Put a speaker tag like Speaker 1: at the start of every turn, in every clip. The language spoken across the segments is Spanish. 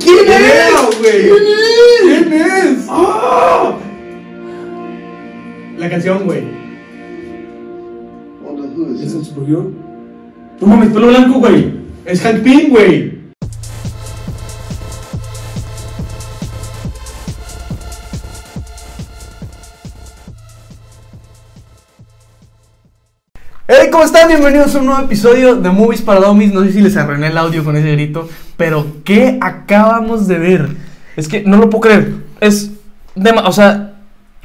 Speaker 1: ¿Quién
Speaker 2: Leo,
Speaker 1: es?
Speaker 2: güey.
Speaker 1: ¿Quién es?
Speaker 2: ¿Quién es?
Speaker 1: ¡Ah!
Speaker 2: La canción, güey.
Speaker 1: Wonder who is
Speaker 3: ¿Es
Speaker 1: it.
Speaker 3: el superhero? No mames, pelo blanco, güey.
Speaker 2: Es Hank Pym, güey.
Speaker 4: Hey, ¿cómo están? Bienvenidos a un nuevo episodio de Movies para Dummies. No sé si les arruiné el audio con ese grito, pero ¿qué acabamos de ver?
Speaker 5: Es que no lo puedo creer. Es. dema- o sea.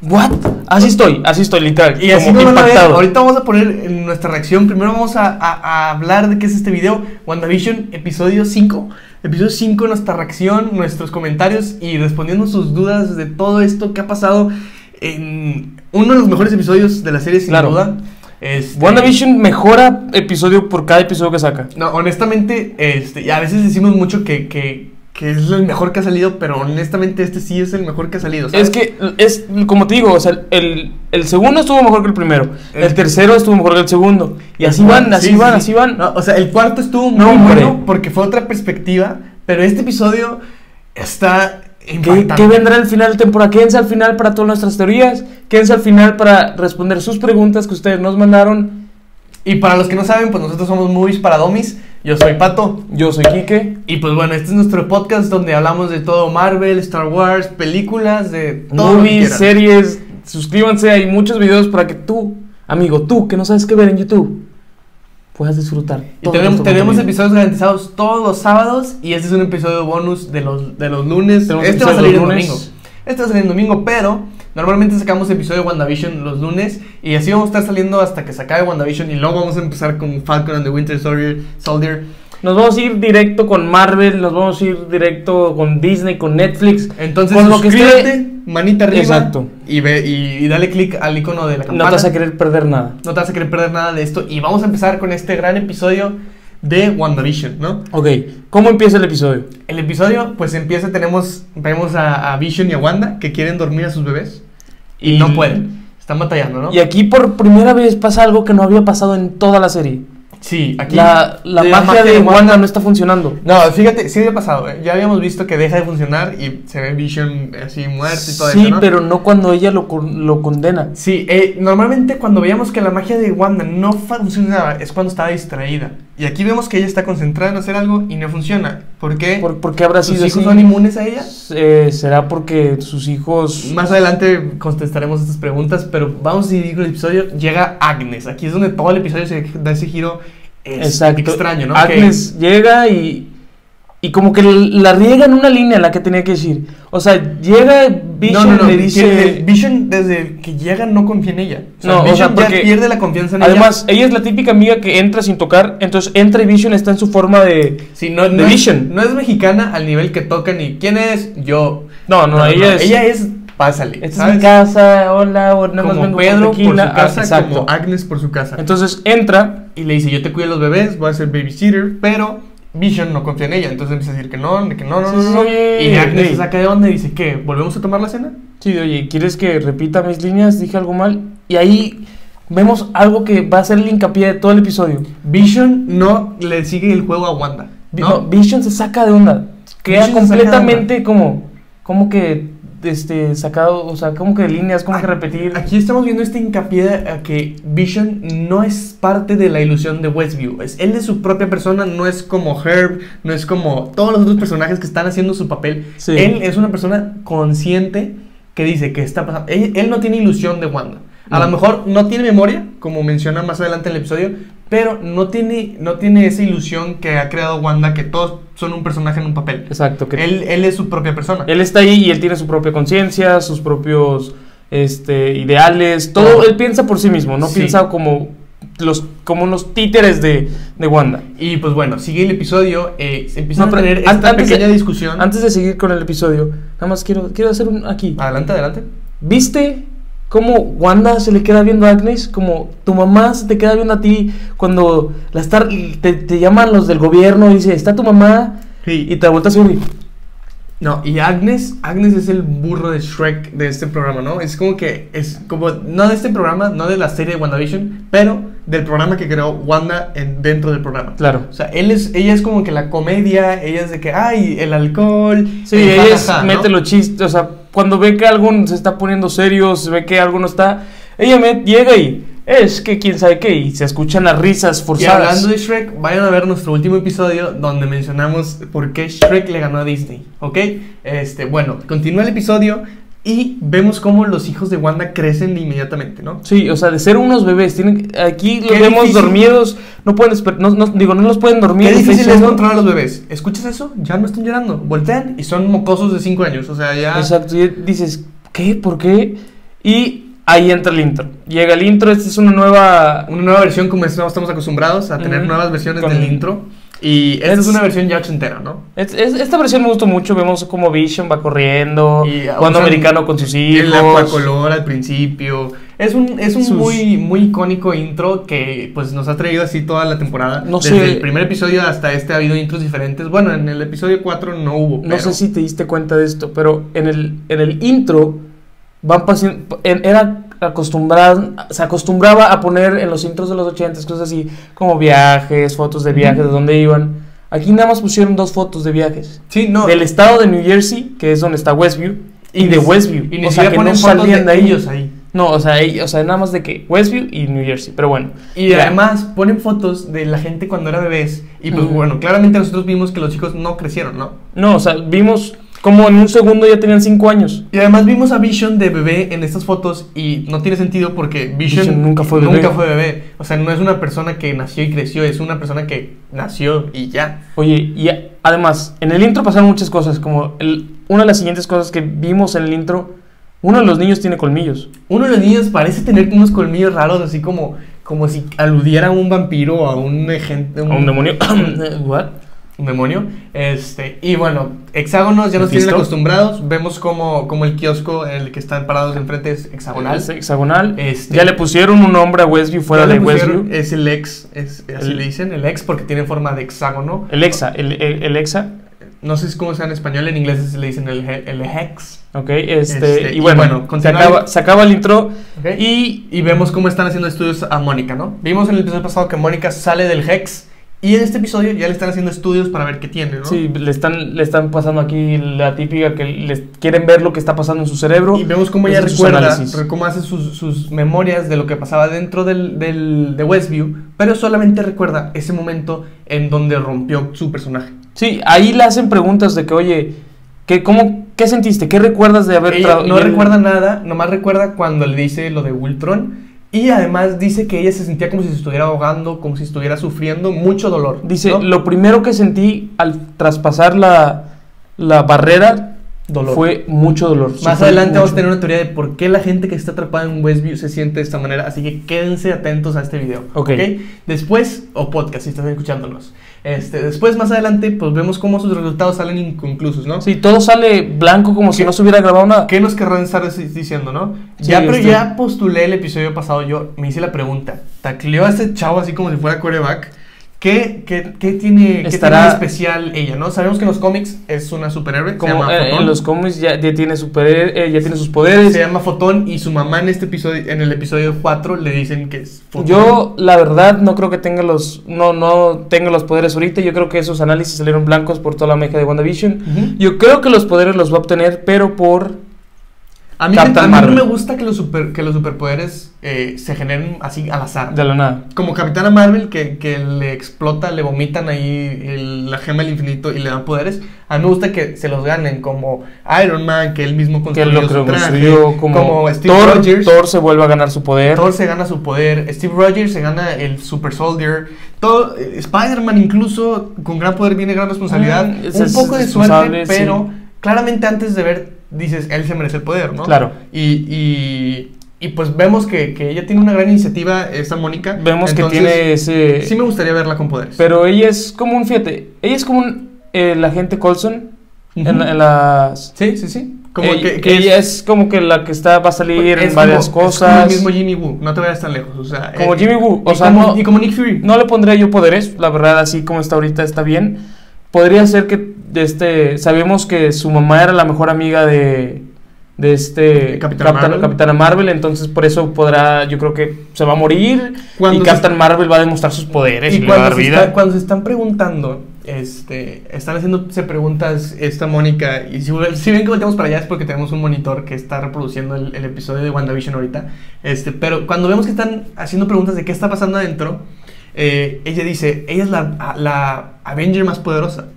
Speaker 5: ¿What? Así estoy, así estoy, literal.
Speaker 4: Y así
Speaker 5: como
Speaker 4: no van a ver.
Speaker 5: impactado.
Speaker 4: Ahorita vamos a poner en nuestra reacción. Primero vamos a, a- a hablar de qué es este video. WandaVision, episodio 5. Episodio 5, nuestra reacción, nuestros comentarios y respondiendo sus dudas de todo esto que ha pasado en uno de los mejores episodios de la serie, sin
Speaker 5: Claro.
Speaker 4: duda. Este-
Speaker 5: WandaVision mejora episodio por cada episodio que saca.
Speaker 4: No, honestamente, este, y a veces decimos mucho que, que, que es el mejor que ha salido, pero honestamente este sí es el mejor que ha salido. ¿sabes?
Speaker 5: Es que, es como te digo, o sea, el, el segundo estuvo mejor que el primero.
Speaker 4: El-
Speaker 5: El, tercero estuvo mejor que el segundo. Y así van, así
Speaker 4: Sí,
Speaker 5: van,
Speaker 4: sí.
Speaker 5: así van.
Speaker 4: No, o sea, el cuarto estuvo muy
Speaker 5: No, hombre.
Speaker 4: bueno porque fue otra perspectiva, pero este episodio está
Speaker 5: ¿Qué,
Speaker 4: impactante.
Speaker 5: qué vendrá al final de temporada? Quédense al final para todas nuestras teorías. Quédense al final para responder sus preguntas que ustedes nos mandaron.
Speaker 4: Y para los que no saben, pues nosotros somos Movies para Domis. Yo soy Pato.
Speaker 5: Yo soy Quique.
Speaker 4: Y pues bueno, este es nuestro podcast donde hablamos de todo Marvel, Star Wars, películas, de todo. lo que
Speaker 5: movies,
Speaker 4: quieran.
Speaker 5: series, suscríbanse, hay muchos videos para que tú, amigo, tú que no sabes qué ver en YouTube, puedas disfrutar.
Speaker 4: Y
Speaker 5: todo
Speaker 4: tenemos,
Speaker 5: nuestro
Speaker 4: tenemos
Speaker 5: contenido.
Speaker 4: episodios garantizados todos los sábados y este es un episodio bonus de los, de los lunes.
Speaker 5: Tenemos
Speaker 4: este va a
Speaker 5: episodios
Speaker 4: salir el
Speaker 5: los lunes.
Speaker 4: domingo. Este va a salir el domingo, pero normalmente sacamos episodio de WandaVision los lunes y así vamos a estar saliendo hasta que se acabe WandaVision y luego vamos a empezar con Falcon and the Winter Soldier. Soldier.
Speaker 5: Nos vamos a ir directo con Marvel, nos vamos a ir directo con Disney, con Netflix.
Speaker 4: Entonces
Speaker 5: con lo que
Speaker 4: suscríbete,
Speaker 5: esté,
Speaker 4: manita arriba
Speaker 5: Exacto.
Speaker 4: y, ve, y, y dale click al icono de la campana.
Speaker 5: no te vas a querer perder nada.
Speaker 4: No te vas a querer perder nada de esto y vamos a empezar con este gran episodio de WandaVision, ¿no?
Speaker 5: Ok, ¿cómo empieza el episodio?
Speaker 4: El episodio, pues empieza, tenemos, vemos a, a Vision y a Wanda que quieren dormir a sus bebés y, no pueden. Están batallando, ¿no?
Speaker 5: Y aquí por primera vez pasa algo que no había pasado en toda la serie.
Speaker 4: sí, aquí.
Speaker 5: la, la magia, de Wanda no está funcionando.
Speaker 4: No, fíjate, sí había pasado, ¿eh? Ya habíamos visto que deja de funcionar y se ve Vision así muerto y todo
Speaker 5: Sí,
Speaker 4: eso, ¿no?
Speaker 5: pero no cuando ella lo, con- lo condena.
Speaker 4: Sí, eh, normalmente cuando veíamos que la magia de Wanda no funcionaba es cuando estaba distraída. Y aquí vemos que ella está concentrada en hacer algo y no funciona. ¿Por qué?
Speaker 5: ¿Por, por qué habrá
Speaker 4: ¿Sus
Speaker 5: sido
Speaker 4: hijos
Speaker 5: así?
Speaker 4: son inmunes a ella?
Speaker 5: Eh, ¿Será porque sus hijos...
Speaker 4: Más adelante contestaremos estas preguntas, pero vamos a seguir con el episodio. Llega Agnes. Aquí es donde todo el episodio se da ese giro es-
Speaker 5: Exacto.
Speaker 4: extraño, ¿no?
Speaker 5: Agnes llega y... Y como que la riega en una línea la que tenía que decir. O sea, llega
Speaker 4: Que-
Speaker 5: Vision
Speaker 4: no, no, no,
Speaker 5: le dice...
Speaker 4: tiene- Vision desde que llega no confía en ella. O sea,
Speaker 5: No, o
Speaker 4: Vision
Speaker 5: sea,
Speaker 4: ya
Speaker 5: porque-
Speaker 4: pierde la confianza en
Speaker 5: Además, ella es la típica amiga que entra sin tocar. Entonces entra y Vision está en su forma de...
Speaker 4: ella. Sí, no, no
Speaker 5: de
Speaker 4: es-
Speaker 5: Vision.
Speaker 4: no es mexicana al nivel que toca ni quién es yo.
Speaker 5: No, no, ella es...
Speaker 4: Ella es pásale.
Speaker 5: Esta
Speaker 4: ¿sabes?
Speaker 5: es mi casa, hola, o nada más
Speaker 4: como
Speaker 5: vengo
Speaker 4: Pedro
Speaker 5: por
Speaker 4: por su
Speaker 5: tequila. Ah,
Speaker 4: casa,
Speaker 5: exacto.
Speaker 4: como Agnes por su casa.
Speaker 5: Entonces entra
Speaker 4: Y le dice, yo te cuido los bebés, voy a ser babysitter, pero Vision no confía en ella. Entonces empieza a decir que no, que no, no,
Speaker 5: Sí,
Speaker 4: no,
Speaker 5: sí,
Speaker 4: no.
Speaker 5: oye,
Speaker 4: y Agnes
Speaker 5: ey.
Speaker 4: se saca de onda y dice, ¿qué? ¿Volvemos a tomar la cena?
Speaker 5: Sí, oye, ¿quieres que repita mis líneas? Dije algo mal. Y ahí vemos algo que va a ser el hincapié de todo el episodio.
Speaker 4: Vision no le sigue el juego a Wanda.
Speaker 5: Vi-
Speaker 4: ¿no?
Speaker 5: no, Vision se saca de onda. Queda
Speaker 4: Vision se saca de
Speaker 5: completamente como, como que este, sacado, o sea, como que de líneas, como que repetir.
Speaker 4: Aquí estamos viendo este hincapié a que Vision no es parte de la ilusión de Westview. Es él de su propia persona, no es como Herb, no es como todos los otros personajes que están haciendo su papel.
Speaker 5: Sí.
Speaker 4: Él es una persona consciente que dice que está pasando. Él, él no tiene ilusión de Wanda. A
Speaker 5: No.
Speaker 4: lo mejor no tiene memoria, como menciona más adelante en el episodio, pero no tiene, no tiene esa ilusión que ha creado Wanda, que todos son un personaje en un papel.
Speaker 5: Exacto, que él,
Speaker 4: Él, él es su propia persona.
Speaker 5: está ahí y él tiene su propia conciencia, sus propios este, ideales, todo.
Speaker 4: Todo.
Speaker 5: Él piensa por sí mismo, no
Speaker 4: Sí.
Speaker 5: piensa como los, como los títeres de, de Wanda.
Speaker 4: Y pues bueno, sigue el episodio, eh, se empiezan a
Speaker 5: No, pero
Speaker 4: tener
Speaker 5: an-
Speaker 4: esta
Speaker 5: antes de-
Speaker 4: pequeña discusión.
Speaker 5: Antes de seguir con el episodio, nada más quiero, quiero hacer un aquí.
Speaker 4: Adelante, adelante.
Speaker 5: ¿Viste cómo Wanda se le queda viendo a Agnes? Como tu mamá se te queda viendo a ti cuando la estar, te, te llaman los del gobierno y dice, está tu mamá.
Speaker 4: Sí.
Speaker 5: Y te volteas a ver y
Speaker 4: No, y Agnes, Agnes es el burro de Shrek de este programa, ¿no? Es como que, es como, no de este programa, no de la serie de WandaVision, pero del programa que creó Wanda en, dentro del programa.
Speaker 5: Claro.
Speaker 4: O sea, él es, ella es como que la comedia, ella es de que, ay, el alcohol.
Speaker 5: Sí,
Speaker 4: el
Speaker 5: ella es,
Speaker 4: jajaja", ¿no?
Speaker 5: mete los chistes, o sea, cuando ve que alguien se está poniendo serio, se ve que algo no está, ella me- llega y es que quién sabe qué, y se escuchan las risas
Speaker 4: Y
Speaker 5: forzadas.
Speaker 4: hablando de Shrek, vayan a ver nuestro último episodio donde mencionamos por qué Shrek le ganó a Disney, ¿ok? Este, bueno, continúa el episodio y vemos cómo los hijos de Wanda crecen inmediatamente, ¿no?
Speaker 5: Sí, o sea, de ser unos bebés, tienen, aquí los
Speaker 4: Qué
Speaker 5: vemos
Speaker 4: difícil.
Speaker 5: dormidos, no pueden, desper- no, no- digo, no los pueden dormir.
Speaker 4: Qué
Speaker 5: está
Speaker 4: difícil es
Speaker 5: diciendo-
Speaker 4: controlar a los bebés. ¿Escuchas eso? Ya no están llorando. Voltean y son mocosos de 5 años. O sea, ya.
Speaker 5: Exacto, y dices, ¿qué? ¿Por qué? Y ahí entra el intro. Llega el intro, esta es una nueva...
Speaker 4: Una nueva versión, como es- no estamos acostumbrados a tener
Speaker 5: Ujú.
Speaker 4: nuevas versiones
Speaker 5: Con-
Speaker 4: del intro. Y esta es,
Speaker 5: Es-
Speaker 4: una versión ya ochentera, ¿no?
Speaker 5: es- es- esta versión me gustó mucho, vemos como Vision va corriendo,
Speaker 4: Y, ah,
Speaker 5: jugando
Speaker 4: usan
Speaker 5: americano con sus hijos.
Speaker 4: El acuacolor al principio. Es un, es un
Speaker 5: Sus-
Speaker 4: muy, muy icónico intro que pues nos ha traído así toda la temporada.
Speaker 5: No
Speaker 4: Desde
Speaker 5: sé.
Speaker 4: el primer episodio hasta este ha habido intros diferentes. Bueno, en el episodio 4 no hubo.
Speaker 5: No
Speaker 4: pero-
Speaker 5: sé si te diste cuenta de esto, pero en el, en el intro van pasi- en- era acostumbrada, se acostumbraba a poner en los intros de los 80 cosas así como viajes, fotos de viajes, de dónde iban. Aquí nada más pusieron dos fotos de viajes.
Speaker 4: Sí, no.
Speaker 5: Del estado de New Jersey, que es donde está Westview, y, de
Speaker 4: ni si-
Speaker 5: Westview.
Speaker 4: Y ni
Speaker 5: o sea,
Speaker 4: siquiera
Speaker 5: que no
Speaker 4: ponen fotos
Speaker 5: salían de
Speaker 4: de
Speaker 5: ahí.
Speaker 4: ellos ahí.
Speaker 5: No, o sea, ahí- o sea, nada más de que Westview y New Jersey, pero bueno.
Speaker 4: Y
Speaker 5: Ya.
Speaker 4: además ponen fotos de la gente cuando era bebés. Y pues
Speaker 5: Ujú.
Speaker 4: bueno, claramente nosotros vimos que los chicos no crecieron, ¿no?
Speaker 5: No, o sea, vimos como en un segundo ya tenían cinco años.
Speaker 4: Y además vimos a Vision de bebé en estas fotos y no tiene sentido porque Vision,
Speaker 5: Vision nunca fue bebé.
Speaker 4: nunca fue bebé. O sea, no es una persona que nació y creció, es una persona que nació y ya.
Speaker 5: Oye, y a- además, en el intro pasaron muchas cosas, como el- una de las siguientes cosas que vimos en el intro, uno de los niños tiene colmillos.
Speaker 4: Uno de los niños parece tener unos colmillos raros, así como, como si aludiera a un vampiro o a un agente.
Speaker 5: A un demonio. What?
Speaker 4: un demonio. Este, y bueno, hexágonos ya nos tienen
Speaker 5: ¿Mephisto?
Speaker 4: acostumbrados. Vemos como, como el kiosco en el que están parados enfrente es hexagonal.
Speaker 5: Es hexagonal.
Speaker 4: Este-
Speaker 5: Ya le pusieron un nombre a Westview fuera
Speaker 4: Ya le
Speaker 5: de
Speaker 4: pusieron-
Speaker 5: Westview.
Speaker 4: Es el ex, es, así
Speaker 5: El-
Speaker 4: le dicen, el ex porque tiene forma de hexágono.
Speaker 5: El exa, el, el- el exa.
Speaker 4: No sé cómo sea en español, en inglés es- le dicen el, he- el hex.
Speaker 5: Ok, este,
Speaker 4: Este,
Speaker 5: y bueno,
Speaker 4: y bueno,
Speaker 5: se,
Speaker 4: continuar.
Speaker 5: acaba, se acaba el intro
Speaker 4: ¿ok? Y,
Speaker 5: y
Speaker 4: y vemos cómo están haciendo estudios a Mónica, ¿no? Vimos en el episodio pasado que Mónica sale del hex y en este episodio ya le están haciendo estudios para ver qué tiene, ¿no?
Speaker 5: sí, le, están, le están pasando aquí la típica que les quieren ver lo que está pasando en su cerebro.
Speaker 4: Y vemos cómo ella
Speaker 5: Hacen sus
Speaker 4: recuerda,
Speaker 5: análisis.
Speaker 4: re- cómo hace sus, sus memorias de lo que pasaba dentro del, del- de Westview, pero solamente recuerda ese momento en donde rompió su personaje.
Speaker 5: Sí, ahí le hacen preguntas de que, oye, ¿qué, cómo, ¿qué sentiste? ¿Qué recuerdas de haber
Speaker 4: Ella
Speaker 5: trabajado?
Speaker 4: no recuerda nada, nomás recuerda cuando le dice lo de Ultron. Y además dice que ella se sentía como si se estuviera ahogando, como si estuviera sufriendo mucho dolor.
Speaker 5: Dice,
Speaker 4: ¿no?
Speaker 5: lo primero que sentí al traspasar la, la barrera
Speaker 4: Dolor.
Speaker 5: fue mucho dolor.
Speaker 4: Más
Speaker 5: Sufrí
Speaker 4: adelante vamos a
Speaker 5: mucho.
Speaker 4: tener una teoría de por qué la gente que está atrapada en Westview se siente de esta manera, así que quédense atentos a este video.
Speaker 5: Ok.
Speaker 4: Después, o podcast, si estás escuchándonos. Este, después, más adelante, pues vemos cómo sus resultados salen inconclusos, ¿no?
Speaker 5: Sí, todo sale blanco como si no se hubiera grabado nada.
Speaker 4: ¿Qué nos querrán estar dic- diciendo, no?
Speaker 5: Sí,
Speaker 4: ya, pero
Speaker 5: este-
Speaker 4: ya postulé el episodio pasado, yo me hice la pregunta. Tacleó a este chavo así como si fuera quarterback. ¿Qué, qué, qué tiene, qué
Speaker 5: Estará-
Speaker 4: tiene de especial ella, no? Sabemos que en los cómics es una superhéroe. se
Speaker 5: Como
Speaker 4: llama
Speaker 5: eh,
Speaker 4: Fotón.
Speaker 5: en los cómics ya, ya tiene super, eh, ya tiene sus poderes.
Speaker 4: Se llama Fotón y su mamá en este episodio, en el episodio 4 le dicen que es Fotón.
Speaker 5: Yo la verdad no creo que tenga los no no tenga los poderes ahorita. Yo creo que esos análisis salieron blancos por toda la meca de WandaVision.
Speaker 4: Ujú.
Speaker 5: Yo creo que los poderes los va a obtener, pero por
Speaker 4: a mí, me-
Speaker 5: Captain
Speaker 4: a mí no
Speaker 5: Marvel.
Speaker 4: me gusta que los, super, que los superpoderes eh, se generen así al azar.
Speaker 5: de la nada.
Speaker 4: Como Capitana Marvel que, que le explota, le vomitan ahí el- la gema del infinito y le dan poderes. A mí me gusta que se los ganen como Iron Man, que él mismo
Speaker 5: Que
Speaker 4: construyó
Speaker 5: lo
Speaker 4: su traje,
Speaker 5: construyó como,
Speaker 4: Steve
Speaker 5: Thor,
Speaker 4: Rogers.
Speaker 5: Thor se vuelve a ganar su poder.
Speaker 4: Thor se gana su poder, Steve Rogers se gana el Super Soldier, todo, eh, Spider-Man incluso con gran poder viene gran responsabilidad,
Speaker 5: Mm, es-
Speaker 4: un
Speaker 5: es
Speaker 4: poco de
Speaker 5: responsable,
Speaker 4: suerte, pero claramente antes de ver dices, él se merece el poder, ¿no?
Speaker 5: Claro.
Speaker 4: Y, y, y, pues vemos que, que ella tiene una gran iniciativa, esta Mónica.
Speaker 5: Vemos
Speaker 4: entonces,
Speaker 5: que tiene ese
Speaker 4: Sí me gustaría verla con poderes.
Speaker 5: pero ella es como un fíjate, ella es como un eh, la gente Colson
Speaker 4: Ujú.
Speaker 5: en, en las
Speaker 4: sí, sí, sí. Como
Speaker 5: Ey-
Speaker 4: que, que
Speaker 5: ella es, como que la que está va a salir en
Speaker 4: es
Speaker 5: varias
Speaker 4: como- es como
Speaker 5: cosas.
Speaker 4: el mismo Jimmy Woo, no te vayas tan lejos, o sea,
Speaker 5: Como
Speaker 4: eh,
Speaker 5: Jimmy Woo, o
Speaker 4: y
Speaker 5: sea,
Speaker 4: como-
Speaker 5: no-
Speaker 4: y como Nick Fury.
Speaker 5: No le pondría yo poderes, la verdad, así como está ahorita está bien. podría ser que de este sabemos que su mamá era la mejor amiga de de este
Speaker 4: De Capitana Marvel.
Speaker 5: Capitana Marvel, entonces por eso podrá, yo creo que se va a morir
Speaker 4: Cuando
Speaker 5: y
Speaker 4: se-
Speaker 5: Captain Marvel va a demostrar sus poderes y,
Speaker 4: Y
Speaker 5: le va a
Speaker 4: cuando
Speaker 5: dar
Speaker 4: se,
Speaker 5: vida.
Speaker 4: está- cuando se están preguntando, este, están haciéndose preguntas esta Mónica, y si, si ven que volteamos para allá es porque tenemos un monitor que está reproduciendo el, el episodio de WandaVision ahorita, este, pero cuando vemos que están haciendo preguntas de qué está pasando adentro, eh, ella dice, ella es la, a- la Avenger más poderosa.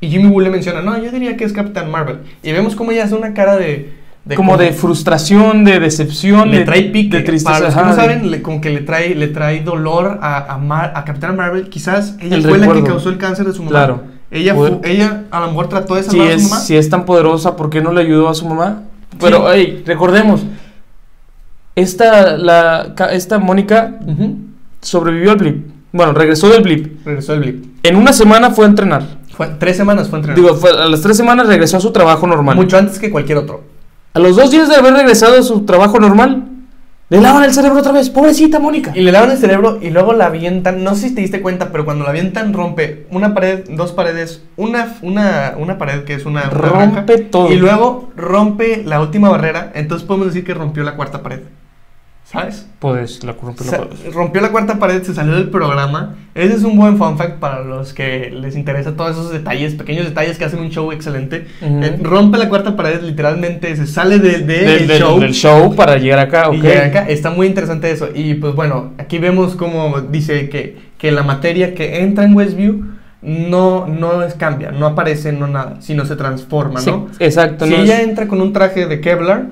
Speaker 4: Y Jimmy Woo le menciona, no, yo diría que es Capitán Marvel. Y vemos cómo ella hace una cara de...
Speaker 5: como, de frustración, de decepción,
Speaker 4: le
Speaker 5: de,
Speaker 4: trae pique.
Speaker 5: de tristeza.
Speaker 4: Para los que
Speaker 5: ajá,
Speaker 4: no
Speaker 5: de-
Speaker 4: saben, le- como que le trae, le trae dolor a, a, Mar- a Capitana Marvel. Quizás ella
Speaker 5: El
Speaker 4: fue la que
Speaker 5: recuerdo.
Speaker 4: causó el cáncer de su mamá.
Speaker 5: Claro.
Speaker 4: Ella,
Speaker 5: Fue-
Speaker 4: fu- ella a lo mejor trató de
Speaker 5: si
Speaker 4: salvar a su mamá.
Speaker 5: es, si es tan poderosa, ¿por qué no le ayudó a su mamá? Pero,
Speaker 4: Sí.
Speaker 5: hey, recordemos, esta, la, ca- esta Mónica
Speaker 4: Ujú.
Speaker 5: sobrevivió al blip. Bueno, regresó del blip.
Speaker 4: Regresó el blip.
Speaker 5: En una semana fue a entrenar.
Speaker 4: Fue- tres semanas fue entrenado.
Speaker 5: Digo, fue- a las tres semanas regresó a su trabajo normal.
Speaker 4: Mucho antes que cualquier otro.
Speaker 5: A los dos días de haber regresado a su trabajo normal, le lavan el cerebro otra vez. Pobrecita Mónica.
Speaker 4: Y le lavan el cerebro y luego la avientan. No sé si te diste cuenta, pero cuando la avientan rompe una pared, dos paredes, una, una, una pared que es una. una
Speaker 5: Rompe
Speaker 4: granja,
Speaker 5: todo.
Speaker 4: Y luego rompe la última barrera. Entonces podemos decir que rompió la cuarta pared. ¿Sabes?
Speaker 5: Puedes, pues, la corrompe, la
Speaker 4: Sa-
Speaker 5: puedes.
Speaker 4: rompió la cuarta pared, se salió del programa. Ese es un buen fun fact para los que les interesa todos esos detalles, pequeños detalles que hacen un show excelente.
Speaker 5: Ujú.
Speaker 4: Eh, rompe la cuarta pared, literalmente se sale de, de
Speaker 5: Del-
Speaker 4: el
Speaker 5: del,
Speaker 4: show.
Speaker 5: del show para llegar acá, ok.
Speaker 4: y llega acá. Está muy interesante eso. Y pues bueno, aquí vemos como dice que, que la materia que entra en Westview no, no es- cambia, no aparece, no nada, sino se transforma,
Speaker 5: Sí,
Speaker 4: ¿no?
Speaker 5: exacto.
Speaker 4: Si
Speaker 5: no es-
Speaker 4: ella entra con un traje de Kevlar,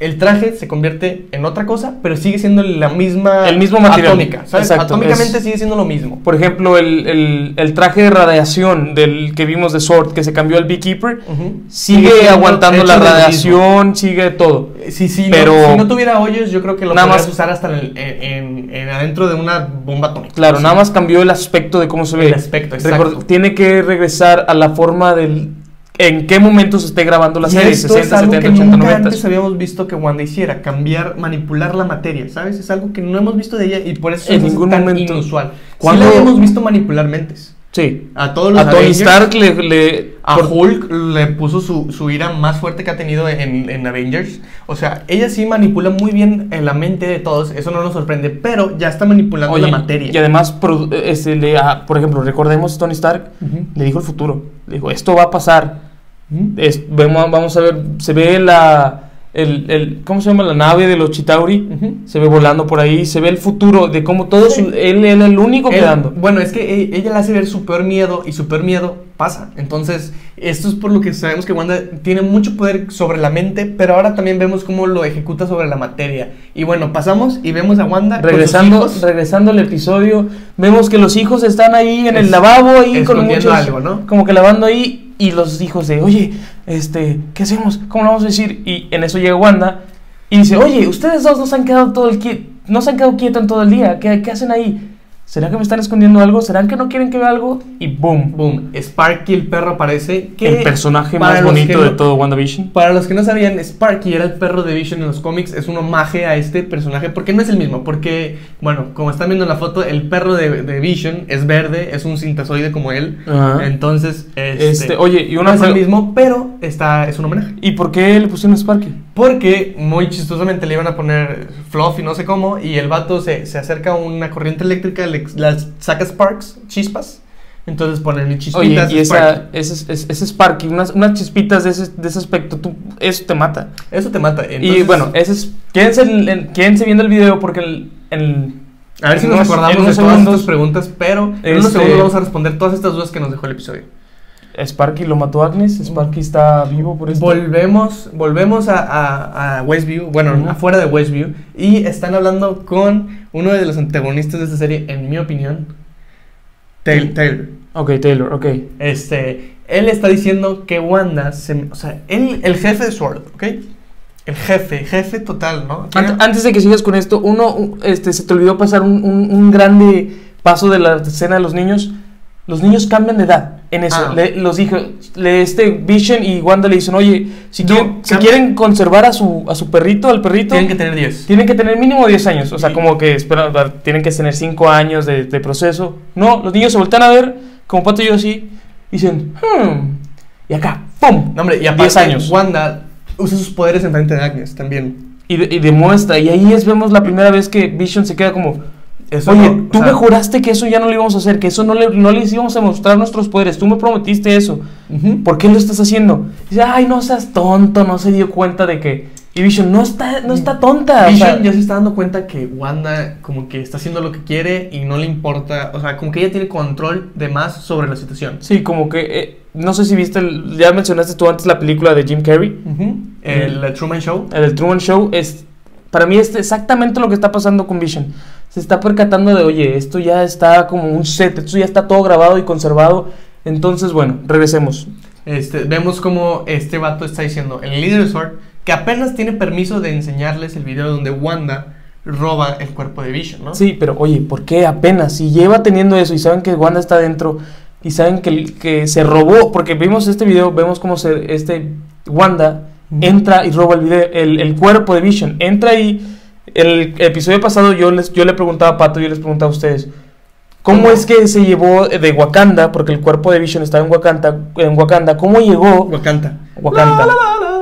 Speaker 4: el traje se convierte en otra cosa, pero sigue siendo la misma.
Speaker 5: El mismo material.
Speaker 4: Atómica, ¿sabes?
Speaker 5: Exacto,
Speaker 4: Atómicamente
Speaker 5: es-
Speaker 4: sigue siendo lo mismo.
Speaker 5: Por ejemplo, el, el- el traje de radiación del que vimos de Sword, que se cambió al Beekeeper,
Speaker 4: Ujú.
Speaker 5: sigue
Speaker 4: siendo
Speaker 5: aguantando
Speaker 4: hecho
Speaker 5: la
Speaker 4: del mismo. Eh,
Speaker 5: radiación, sigue todo.
Speaker 4: Si, si,
Speaker 5: Pero-
Speaker 4: no, si no tuviera hoyos, yo creo que lo
Speaker 5: Nada
Speaker 4: podrías
Speaker 5: más-
Speaker 4: usar hasta en, el- en- en- en adentro de una bomba atómica.
Speaker 5: Claro,
Speaker 4: Sí.
Speaker 5: nada más cambió el aspecto de cómo se ve.
Speaker 4: El aspecto, exacto.
Speaker 5: Record- tiene que regresar a la forma del. en qué momento se esté grabando la
Speaker 4: Y
Speaker 5: serie,
Speaker 4: esto
Speaker 5: 60,
Speaker 4: es algo
Speaker 5: 70,
Speaker 4: que
Speaker 5: 80,
Speaker 4: nunca
Speaker 5: 90.
Speaker 4: antes habíamos visto que Wanda hiciera, cambiar, manipular la materia, ¿sabes? Es algo que no hemos visto de ella y por eso
Speaker 5: En
Speaker 4: es
Speaker 5: ningún
Speaker 4: tan
Speaker 5: momento.
Speaker 4: inusual. Sí
Speaker 5: ¿Cuándo-
Speaker 4: la habíamos visto manipular mentes.
Speaker 5: Sí.
Speaker 4: A todos los
Speaker 5: A Tony
Speaker 4: Avengers.
Speaker 5: Stark le. le-
Speaker 4: A
Speaker 5: por-
Speaker 4: Hulk le puso su, su ira más fuerte que ha tenido en, en Avengers. O sea, ella sí manipula muy bien en la mente de todos. Eso no nos sorprende, pero ya está manipulando
Speaker 5: oye,
Speaker 4: la materia.
Speaker 5: Y además, produ- este, le- ah, por ejemplo, recordemos Tony Stark
Speaker 4: Ujú.
Speaker 5: le dijo el futuro. Le dijo, esto va a pasar.
Speaker 4: Ujú.
Speaker 5: Es- vemos, vamos a ver, se ve la, el, el- ¿cómo se llama? La nave de los Chitauri.
Speaker 4: Ujú.
Speaker 5: Se ve volando por ahí, se ve el futuro de cómo todo su- él, él es el único
Speaker 4: Él-
Speaker 5: quedando.
Speaker 4: bueno, es que eh, ella le hace ver su peor miedo y su peor miedo pasa. Entonces, esto es por lo que sabemos que Wanda tiene mucho poder sobre la mente, pero ahora también vemos cómo lo ejecuta sobre la materia. Y bueno, pasamos y vemos a Wanda con sus
Speaker 5: Regresando,
Speaker 4: hijos
Speaker 5: regresando al episodio, vemos que los hijos están ahí en el
Speaker 4: Es-
Speaker 5: lavabo, ahí con
Speaker 4: escondiendo
Speaker 5: muchos,
Speaker 4: algo, ¿no?
Speaker 5: como que lavando ahí, y los hijos de, oye, este, ¿qué hacemos? ¿Cómo lo vamos a decir? Y en eso llega Wanda y dice, oye, ustedes dos no se han quedado todo el qui- no se han quedado quietos en todo el día, ¿qué, qué hacen ahí? ¿Será que me están escondiendo algo? ¿Será que no quieren que vea algo? Y boom,
Speaker 4: Boom, Sparky el perro aparece. que
Speaker 5: el personaje
Speaker 4: para
Speaker 5: más
Speaker 4: los
Speaker 5: bonito
Speaker 4: que
Speaker 5: de
Speaker 4: no-
Speaker 5: todo WandaVision.
Speaker 4: Para los que no sabían, Sparky era el perro de Vision en los cómics, es un homaje a este personaje, porque no es el mismo, porque, bueno, como están viendo en la foto, el perro de, de Vision es verde, es un cintazoide como él,
Speaker 5: Ajá.
Speaker 4: entonces, este,
Speaker 5: Este, oye, y
Speaker 4: no
Speaker 5: una
Speaker 4: es el
Speaker 5: pre-
Speaker 4: mismo, pero está, es un homenaje.
Speaker 5: ¿Y por qué le pusieron Sparky?
Speaker 4: Porque muy chistosamente le iban a poner fluff y no sé cómo, y el vato se, se acerca a una corriente eléctrica, le, la saca sparks, chispas, entonces ponen
Speaker 5: Oye,
Speaker 4: chispitas. Sparky.
Speaker 5: y esa, ese, ese- ese Sparky, unas, unas chispitas de ese, de ese aspecto, tú- eso te mata.
Speaker 4: Eso te mata.
Speaker 5: y
Speaker 4: entonces-
Speaker 5: bueno, ese es, quédense, en- en- quédense viendo el video porque el, el-
Speaker 4: A ver si
Speaker 5: en
Speaker 4: nos
Speaker 5: unos- en
Speaker 4: acordamos de
Speaker 5: unos
Speaker 4: todas
Speaker 5: segundos,
Speaker 4: estas preguntas, pero en
Speaker 5: Este-
Speaker 4: unos segundos vamos a responder todas estas dudas que nos dejó el episodio.
Speaker 5: Sparky lo mató Agnes, Sparky está vivo por esto.
Speaker 4: Volvemos, volvemos a, a- a Westview, bueno,
Speaker 5: Ujú.
Speaker 4: afuera de Westview, y están hablando con uno de los antagonistas de esta serie, en mi opinión, Taylor. Taylor.
Speaker 5: ok, Taylor, ok.
Speaker 4: Este, él está diciendo que Wanda, se- o sea, él, el jefe de Sword, ¿ok? El jefe, jefe total, ¿no?
Speaker 5: Ant- antes de que sigas con esto, uno, un- este, se te olvidó pasar un, un- un grande paso de la escena de los niños. Los niños cambian de edad. En eso,
Speaker 4: Ah.
Speaker 5: Le- los dije, le, este Vision y Wanda le dicen, oye, si,
Speaker 4: No,
Speaker 5: quieren, si
Speaker 4: cambia-
Speaker 5: quieren conservar a su, a su perrito, al perrito,
Speaker 4: Tienen que tener 10.
Speaker 5: Tienen que tener mínimo 10 años, o sea,
Speaker 4: Y-
Speaker 5: como que espera, va, tienen que tener 5 años de, de proceso. No, los niños se voltean a ver, como Pato y yo así, dicen, hmm. Y acá, ¡pum!
Speaker 4: No, hombre, y aparte,
Speaker 5: 10 años.
Speaker 4: Wanda usa sus poderes en frente de Agnes también.
Speaker 5: Y, de- y demuestra. Y ahí es, vemos la primera vez que Vision se queda como,
Speaker 4: Eso
Speaker 5: Oye,
Speaker 4: no- o
Speaker 5: tú
Speaker 4: sea,
Speaker 5: me juraste que eso ya no lo íbamos a hacer, que eso no, le, no les íbamos a mostrar nuestros poderes, tú me prometiste eso.
Speaker 4: ujú.
Speaker 5: ¿Por qué lo estás haciendo? Dice, ay, no seas tonto, no se dio cuenta de que... Y Vision, no está, no está tonta. o
Speaker 4: Vision
Speaker 5: sea,
Speaker 4: ya se está dando cuenta que Wanda como que está haciendo lo que quiere y no le importa, o sea, como que ella tiene control de más sobre la situación.
Speaker 5: Sí, como que... eh, no sé si viste, el- ya mencionaste tú antes la película de Jim Carrey,
Speaker 4: Ujú. El eh, Truman Show.
Speaker 5: el del Truman Show, es... Para mí es exactamente lo que está pasando con Vision. Se está percatando de, oye, esto ya está como un set, esto ya está todo grabado y conservado. Entonces, bueno, regresemos.
Speaker 4: Este, vemos como este vato está diciendo, el líder de Sword, que apenas tiene permiso de enseñarles el video donde Wanda roba el cuerpo de Vision, ¿no?
Speaker 5: Sí, pero oye, ¿por qué apenas? Si lleva teniendo eso y saben que Wanda está dentro y saben que, que se robó, porque vimos este video, vemos cómo se, este Wanda
Speaker 4: Ujú.
Speaker 5: entra y roba el, video- el, el cuerpo de Vision. Entra y el episodio pasado yo, les, yo le preguntaba a Pato, yo les preguntaba a ustedes, ¿cómo,
Speaker 4: ¿Cómo?
Speaker 5: es que se llevó de Wakanda, porque el cuerpo de Vision estaba en Wakanda, en Wakanda ¿cómo llegó
Speaker 4: Wakanda.
Speaker 5: Wakanda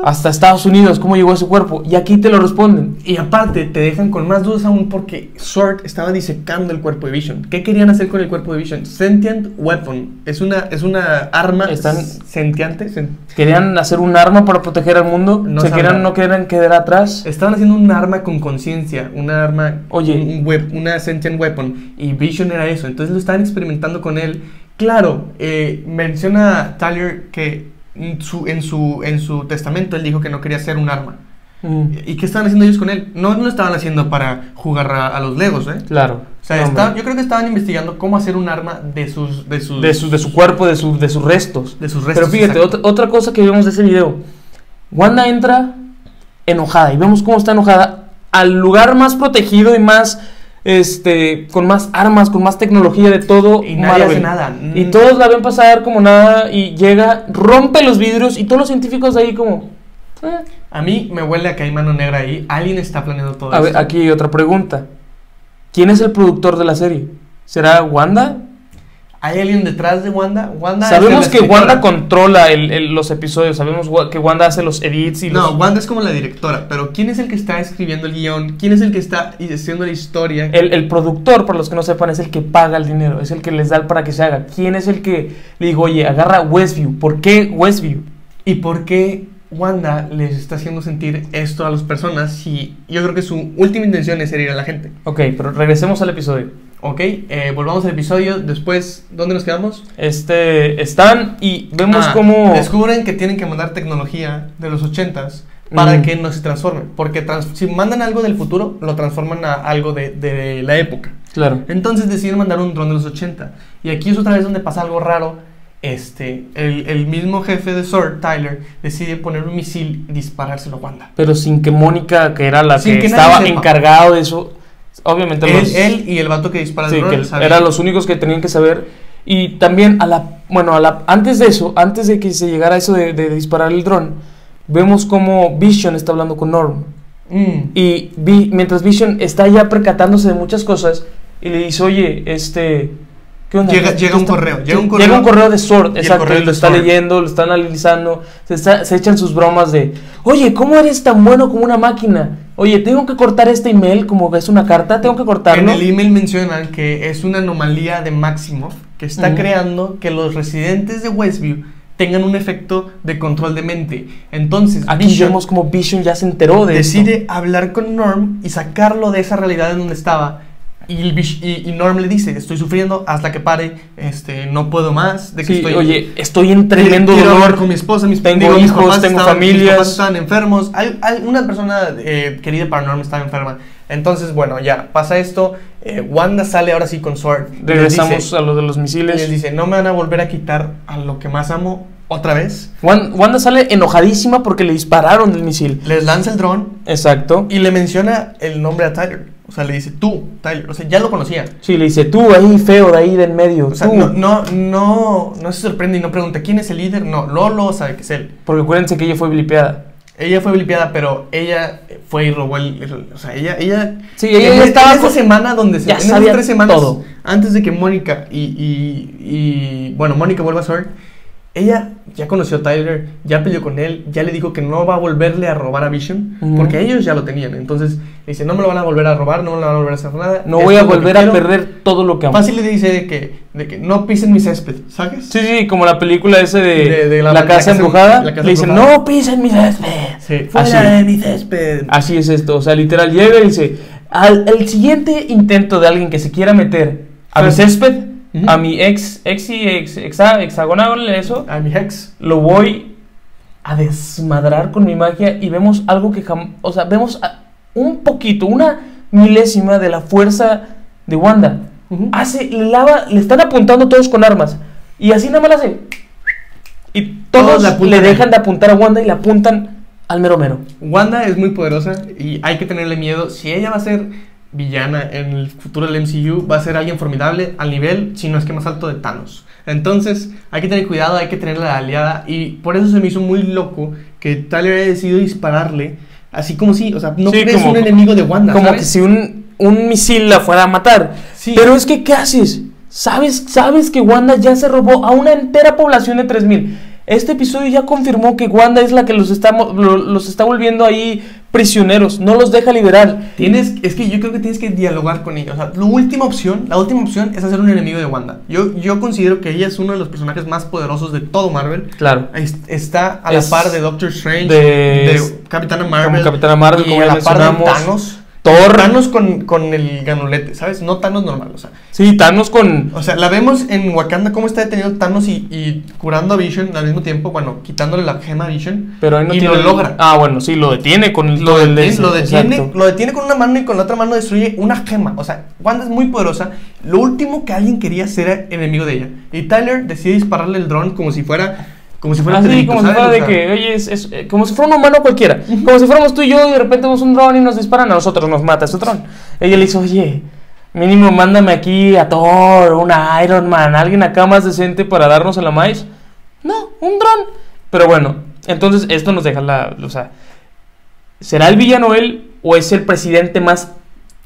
Speaker 5: hasta Estados Unidos? ¿Cómo llegó ese cuerpo? Y aquí te lo responden.
Speaker 4: Y aparte, te dejan con más dudas aún porque Sword estaba disecando el cuerpo de Vision. ¿Qué querían hacer con el cuerpo de Vision? Sentient Weapon. Es una, es una arma
Speaker 5: Están-
Speaker 4: s- sentiente. sen-
Speaker 5: Querían hacer un arma para proteger al mundo.
Speaker 4: No Eh,
Speaker 5: se
Speaker 4: sabrá.
Speaker 5: querían, no querían quedar atrás.
Speaker 4: Estaban haciendo un arma con conciencia, una arma,
Speaker 5: Oye.
Speaker 4: un- un wep- una sentient weapon, y Vision era eso, entonces lo estaban experimentando con él. Claro, eh, menciona Tyler que en su, en, su, en su testamento él dijo que no quería ser un arma.
Speaker 5: Mm,
Speaker 4: ¿Y qué estaban haciendo ellos con él? No, no lo estaban haciendo para jugar a, a los legos, ¿eh?
Speaker 5: claro.
Speaker 4: O sea,
Speaker 5: No,
Speaker 4: estaban-
Speaker 5: hombre.
Speaker 4: yo creo que estaban investigando cómo hacer un arma de sus... De sus,
Speaker 5: de, su, de su cuerpo, de, su- de sus restos.
Speaker 4: de sus restos.
Speaker 5: Pero fíjate,
Speaker 4: exacto.
Speaker 5: otra, otra cosa que vemos de ese video. Wanda entra enojada y vemos cómo está enojada al lugar más protegido y más este con más armas, con más tecnología de todo
Speaker 4: Y nadie hace
Speaker 5: Marvel.
Speaker 4: nada.
Speaker 5: Y
Speaker 4: Mm.
Speaker 5: todos la ven pasar como nada y llega, rompe los vidrios y todos los científicos de ahí como "Eh".
Speaker 4: A mí me huele a que hay mano negra ahí. Alguien está planeando todo
Speaker 5: A ver,
Speaker 4: esto.
Speaker 5: aquí hay otra pregunta. ¿Quién es el productor de la serie? ¿Será Wanda?
Speaker 4: ¿Hay alguien detrás de Wanda? Wanda es
Speaker 5: Sabemos
Speaker 4: la
Speaker 5: que
Speaker 4: escritora.
Speaker 5: Wanda controla el- el- los episodios, sabemos wa- que Wanda hace los edits y
Speaker 4: No,
Speaker 5: los...
Speaker 4: Wanda es como la directora, pero ¿quién es el que está escribiendo el guión? ¿Quién es el que está i- haciendo la historia?
Speaker 5: El, el productor, para los que no sepan, es el que paga el dinero, es el que les da para que se haga. ¿Quién es el que le digo, oye, agarra Westview? ¿Por qué Westview?
Speaker 4: ¿Y por qué Wanda les está haciendo sentir esto a las personas si yo creo que su última intención es herir a la gente?
Speaker 5: Ok, pero regresemos al episodio.
Speaker 4: Ok, eh, volvamos al episodio. Después, ¿dónde nos quedamos?
Speaker 5: Este, están y vemos
Speaker 4: Ah,
Speaker 5: cómo...
Speaker 4: Descubren que tienen que mandar tecnología de los 80s para
Speaker 5: Mm.
Speaker 4: que no se transformen. Porque trans- si mandan algo del futuro, lo transforman a algo de- de la época.
Speaker 5: Claro.
Speaker 4: Entonces deciden mandar un dron de los 80. Y aquí es otra vez donde pasa algo raro. Este, el, el mismo jefe de Sword, Tyler, decide poner un misil y disparárselo a Wanda.
Speaker 5: Pero sin que Mónica, que era la
Speaker 4: Sin
Speaker 5: que,
Speaker 4: que nadie
Speaker 5: estaba
Speaker 4: sepa.
Speaker 5: encargado de eso, obviamente
Speaker 4: Él,
Speaker 5: los-
Speaker 4: él y el vato que dispara
Speaker 5: Sí,
Speaker 4: el dron
Speaker 5: que
Speaker 4: saben.
Speaker 5: eran los únicos que tenían que saber. Y también, a la, bueno, a la, antes de eso, antes de que se llegara a eso de, de disparar el dron, vemos como Vision está hablando con Norm.
Speaker 4: Mm.
Speaker 5: Y Vi- mientras Vision está ya percatándose de muchas cosas, y le dice, oye, este... ¿qué onda?
Speaker 4: Llega-
Speaker 5: ¿Qué-
Speaker 4: llega
Speaker 5: qué
Speaker 4: un
Speaker 5: está-
Speaker 4: correo,
Speaker 5: qué-
Speaker 4: llega un
Speaker 5: Llega
Speaker 4: correo.
Speaker 5: un correo de
Speaker 4: Y
Speaker 5: Sword,
Speaker 4: el
Speaker 5: exacto,
Speaker 4: correo
Speaker 5: y lo
Speaker 4: de
Speaker 5: está
Speaker 4: Sword.
Speaker 5: leyendo, lo está analizando, se, está- se echan sus bromas de, oye, ¿cómo eres tan bueno como una máquina? Oye, tengo que cortar este email, como que es una carta, tengo que
Speaker 4: En
Speaker 5: cortarlo.
Speaker 4: el email mencionan que es una anomalía de Maximoff que está
Speaker 5: Ujú.
Speaker 4: creando que los residentes de Westview tengan un efecto de control de mente. Entonces,
Speaker 5: Aquí
Speaker 4: Vision-
Speaker 5: vemos como Vision ya se enteró de
Speaker 4: decide
Speaker 5: esto.
Speaker 4: hablar con Norm y sacarlo de esa realidad en donde estaba. Y, el bish- y- y Norm le dice, estoy sufriendo hasta que pare, este, no puedo más, de que
Speaker 5: Sí,
Speaker 4: estoy...
Speaker 5: oye, estoy en tremendo
Speaker 4: quiero
Speaker 5: dolor.
Speaker 4: hablar con mi esposa, mis,
Speaker 5: Tengo
Speaker 4: mis
Speaker 5: hijos,
Speaker 4: papás
Speaker 5: tengo
Speaker 4: estaban- mis
Speaker 5: familias.
Speaker 4: papás estaban enfermos, Al- al- una persona eh, querida para Norm estaba enferma. Entonces, bueno, ya, pasa esto, eh, Wanda sale ahora sí con Sword. y les
Speaker 5: Regresamos
Speaker 4: dice-
Speaker 5: a lo de los
Speaker 4: y les
Speaker 5: misiles.
Speaker 4: dice, no me van a volver a quitar a lo que más amo otra vez.
Speaker 5: Wan- Wanda sale enojadísima porque le dispararon el misil.
Speaker 4: Les lanza el dron,
Speaker 5: Exacto.
Speaker 4: Y le menciona el nombre a Tyler. O sea, le dice tú, Tyler. O sea, ya lo conocía.
Speaker 5: Sí, le dice, tú ahí, feo, de ahí, de en medio.
Speaker 4: O sea,
Speaker 5: tú".
Speaker 4: no, no, no, no se sorprende y no pregunta quién es el líder. No, Lolo sabe que es él.
Speaker 5: Porque acuérdense que ella fue blipeada.
Speaker 4: Ella fue blipeada, pero ella fue y robó el. el- o sea, ella. ella
Speaker 5: Sí, ella
Speaker 4: en-
Speaker 5: ya estaba
Speaker 4: En esa
Speaker 5: con-
Speaker 4: semana donde se.
Speaker 5: ya
Speaker 4: en esas
Speaker 5: sabía
Speaker 4: tres semanas.
Speaker 5: todo.
Speaker 4: Antes de que Mónica y. y, y- bueno, Mónica vuelva a ser. Ella ya conoció a Tyler, ya peleó con él, ya le dijo que no va a volverle a robar a Vision,
Speaker 5: Ujú.
Speaker 4: porque ellos ya lo tenían. Entonces le dice, no me lo van a volver a robar, no me lo van a volver a hacer nada.
Speaker 5: No
Speaker 4: esto
Speaker 5: voy a
Speaker 4: es lo que
Speaker 5: volver a
Speaker 4: quiero".
Speaker 5: perder todo lo que amo.
Speaker 4: Fácil le dice de que, de que no pisen mi césped, ¿sabes?
Speaker 5: Sí, sí, como la película esa de,
Speaker 4: De- de la-
Speaker 5: la,
Speaker 4: la
Speaker 5: casa
Speaker 4: casa-
Speaker 5: embrujada.
Speaker 4: la casa
Speaker 5: le dicen,
Speaker 4: embrujada.
Speaker 5: no pisen mi césped.
Speaker 4: Sí,
Speaker 5: Así.
Speaker 4: fuera de mi césped.
Speaker 5: Así es esto. O sea, literal, llega y dice: al, El siguiente intento de alguien que se quiera meter a mi
Speaker 4: Fácil.
Speaker 5: césped,
Speaker 4: Ujú.
Speaker 5: a mi ex, exi, ex, hexa- hexagonal, eso,
Speaker 4: A mi ex.
Speaker 5: lo voy a desmadrar con mi magia y vemos algo que jamás. O sea, vemos a- un poquito, una milésima de la fuerza de Wanda. Hace, le lava, le están apuntando todos con armas. Y así nada más la hace. Y todos,
Speaker 4: Todos le apuntan
Speaker 5: le
Speaker 4: a él.
Speaker 5: dejan de apuntar a Wanda y le apuntan al mero mero.
Speaker 4: Wanda es muy poderosa y hay que tenerle miedo. Si ella va a ser villana en el futuro del MCU, va a ser alguien formidable al nivel, si no es que más alto, de Thanos. Entonces, hay que tener cuidado, hay que tenerla de aliada. Y por eso se me hizo muy loco que Tyler haya decidido dispararle. Así como si, o sea, no
Speaker 5: Sí,
Speaker 4: crees
Speaker 5: como-
Speaker 4: un enemigo de Wanda.
Speaker 5: Como
Speaker 4: ¿sabes?
Speaker 5: que si un, un misil la fuera a matar.
Speaker 4: Sí.
Speaker 5: Pero es que, ¿qué haces? ¿Sabes, sabes que Wanda ya se robó a una entera población de 3000. Este episodio ya confirmó que Wanda es la que los está, mo- lo- los está volviendo ahí prisioneros. No los deja liberar.
Speaker 4: Tienes, es que yo creo que tienes que dialogar con ella. O sea, la última opción, la última opción es hacer un enemigo de Wanda. Yo, yo considero que ella es uno de los personajes más poderosos de todo Marvel.
Speaker 5: Claro.
Speaker 4: Es- Está a la
Speaker 5: Es
Speaker 4: par de Doctor Strange,
Speaker 5: de-
Speaker 4: de, Capitana Marvel,
Speaker 5: como Capitana Marvel,
Speaker 4: y
Speaker 5: como
Speaker 4: a
Speaker 5: ya
Speaker 4: la par de
Speaker 5: mencionamos.
Speaker 4: Thanos.
Speaker 5: Thor.
Speaker 4: Thanos con, con el ganulete, ¿sabes? No Thanos normal, o sea.
Speaker 5: Sí, Thanos con...
Speaker 4: O sea, la vemos en Wakanda cómo está detenido Thanos y, y curando a Vision al mismo tiempo, bueno, quitándole la gema a Vision.
Speaker 5: Pero ahí no
Speaker 4: y
Speaker 5: tiene-
Speaker 4: lo logra.
Speaker 5: Ah, bueno, sí, lo detiene con
Speaker 4: Lo
Speaker 5: del-
Speaker 4: detiene, lo,
Speaker 5: Exacto.
Speaker 4: detiene, lo detiene con una mano y con la otra mano destruye una gema. O sea, Wanda es muy poderosa. Lo último que alguien quería hacer era enemigo de ella. Y Tyler decide dispararle el dron como si fuera. Como si fuera
Speaker 5: Así
Speaker 4: perrito,
Speaker 5: como si
Speaker 4: ¿sabes?
Speaker 5: fuera de
Speaker 4: O sea,
Speaker 5: que, oye, es, es- eh, como si fuera un humano cualquiera. Como si fuéramos tú y yo y de repente vemos un dron y nos disparan a nosotros, nos mata ese dron. Ella le dice, oye, mínimo mándame aquí a Thor, un Iron Man, alguien acá más decente para darnos a la maíz. No, un dron. Pero bueno, entonces esto nos deja la... O sea, ¿será el villano él o es el presidente más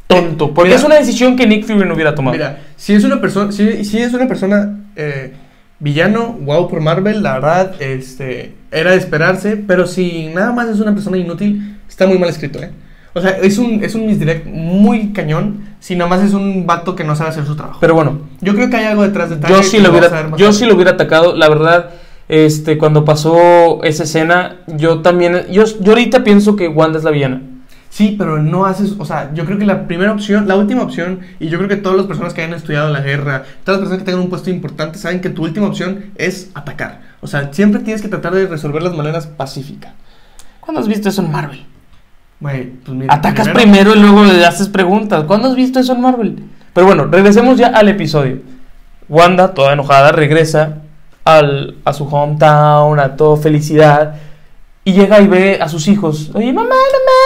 Speaker 5: tonto? Porque
Speaker 4: Mira.
Speaker 5: es una decisión que Nick Fury no hubiera tomado.
Speaker 4: Mira, si es una persona, si, si es una persona eh, villano, wow por Marvel, la verdad, este, era de esperarse, pero si nada más es una persona inútil, está muy mal escrito, ¿eh? O sea, es un, es un misdirect muy cañón, si nada más es un vato que no sabe hacer su trabajo.
Speaker 5: Pero bueno,
Speaker 4: Yo creo que hay algo detrás de Tyler
Speaker 5: yo sí
Speaker 4: que
Speaker 5: lo
Speaker 4: vamos a
Speaker 5: hubiera
Speaker 4: ver más
Speaker 5: yo
Speaker 4: tarde.
Speaker 5: sí lo hubiera atacado la verdad este cuando pasó esa escena yo también yo, yo ahorita pienso que Wanda es la villana
Speaker 4: Sí, pero no haces, o sea, yo creo que la primera opción, la última opción, y yo creo que todas las personas que hayan estudiado la guerra, todas las personas que tengan un puesto importante, saben que tu última opción es atacar. O sea, siempre tienes que tratar de resolver las maneras pacíficas.
Speaker 5: ¿Cuándo has visto eso en Marvel?
Speaker 4: Güey, pues mira,
Speaker 5: Atacas primero, y luego le haces preguntas. ¿Cuándo has visto eso en Marvel? Pero bueno, regresemos ya al episodio. Wanda, toda enojada, regresa al, a su hometown, a todo felicidad. Y llega y ve a sus hijos. Oye, mamá, mamá,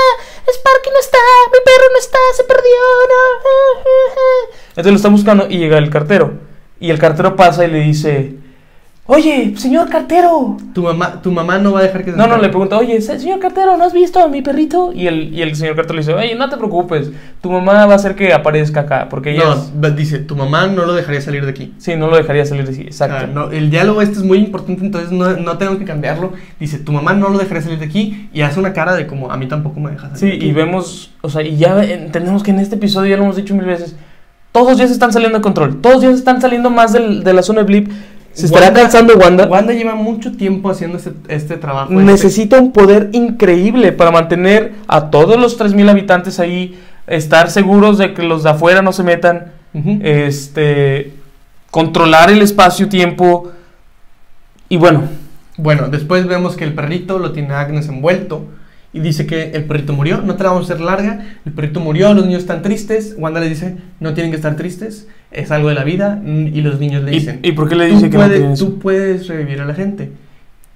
Speaker 5: Sparky no está, mi perro no está, se perdió. no". Entonces lo está buscando y llega el cartero. Y el cartero pasa y le dice, oye, señor cartero,
Speaker 4: Tu mamá, tu mamá no va a dejar que se
Speaker 5: no, no,
Speaker 4: escape.
Speaker 5: le pregunta, oye, se- señor cartero, ¿no has visto a mi perrito? Y el, y el señor cartero le dice, oye, no te preocupes, tu mamá va a hacer que aparezca acá, porque ella...
Speaker 4: No,
Speaker 5: es-
Speaker 4: va- dice, tu mamá no lo dejaría salir de aquí.
Speaker 5: Sí, no lo dejaría salir de sí, exacto.
Speaker 4: Ah, no, el diálogo este es muy importante, entonces no, no tenemos que cambiarlo. Dice, tu mamá no lo dejaría salir de aquí y hace una cara de como, a mí tampoco me deja salir.
Speaker 5: Sí,
Speaker 4: de aquí".
Speaker 5: y vemos, o sea, y ya entendemos que en este episodio ya lo hemos dicho mil veces, todos ya se están saliendo de control, todos ya se están saliendo más del- de la zona de blip, se estará
Speaker 4: Wanda-
Speaker 5: cansando Wanda.
Speaker 4: Wanda lleva mucho tiempo haciendo este, este trabajo. este-
Speaker 5: Necesita un poder increíble para mantener a todos los 3.000 habitantes ahí, estar seguros de que los de afuera no se metan.
Speaker 4: Ujú.
Speaker 5: este controlar el espacio-tiempo y bueno,
Speaker 4: Bueno, después vemos que el perrito lo tiene Agnes envuelto y dice que el perrito murió. No te la vamos a hacer larga. El perrito murió, los niños están tristes. Wanda le dice, no tienen que estar tristes, es algo de la vida. mm, Y los niños le dicen,
Speaker 5: y, y por qué le
Speaker 4: tú,
Speaker 5: dice que no
Speaker 4: puedes,
Speaker 5: tiene eso?
Speaker 4: tú puedes revivir a la gente.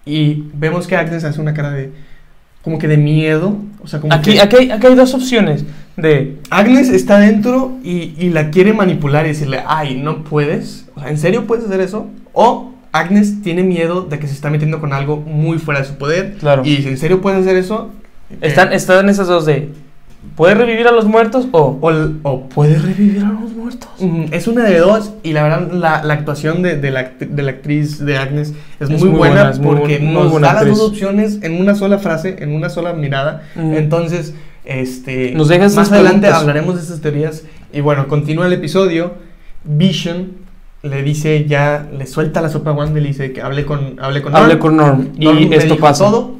Speaker 4: Y vemos que Agnes hace una cara de, como que de miedo. O sea, como
Speaker 5: Aquí,
Speaker 4: que
Speaker 5: aquí, hay, aquí hay dos opciones de
Speaker 4: Agnes está dentro y, y la quiere manipular y decirle, ay, no puedes. O sea, ¿en serio puedes hacer eso? O Agnes tiene miedo de que se está metiendo con algo muy fuera de su poder.
Speaker 5: Claro.
Speaker 4: Y dice, ¿en serio puedes hacer eso?
Speaker 5: están
Speaker 4: Eh,
Speaker 5: están esas dos de ¿Puede revivir a los muertos o
Speaker 4: O, l- o
Speaker 5: puede revivir a los muertos?
Speaker 4: Mm, Es una de dos y la verdad la, la actuación de, de la, act- de la actriz de Agnes es, muy, buena,
Speaker 5: es muy
Speaker 4: porque
Speaker 5: bu- muy
Speaker 4: nos
Speaker 5: buena
Speaker 4: da las
Speaker 5: actriz.
Speaker 4: dos opciones en una sola frase, en una sola mirada.
Speaker 5: Mm.
Speaker 4: Entonces, este,
Speaker 5: Nos deja
Speaker 4: más
Speaker 5: esas
Speaker 4: adelante
Speaker 5: preguntas.
Speaker 4: hablaremos de esas teorías. Y bueno, continúa el episodio. Vision le dice ya, le suelta la sopa a Wanda y le dice que hable con, hable con
Speaker 5: Hablé
Speaker 4: Norm.
Speaker 5: con Norm y
Speaker 4: Norm le
Speaker 5: esto
Speaker 4: dijo
Speaker 5: pasa.
Speaker 4: todo.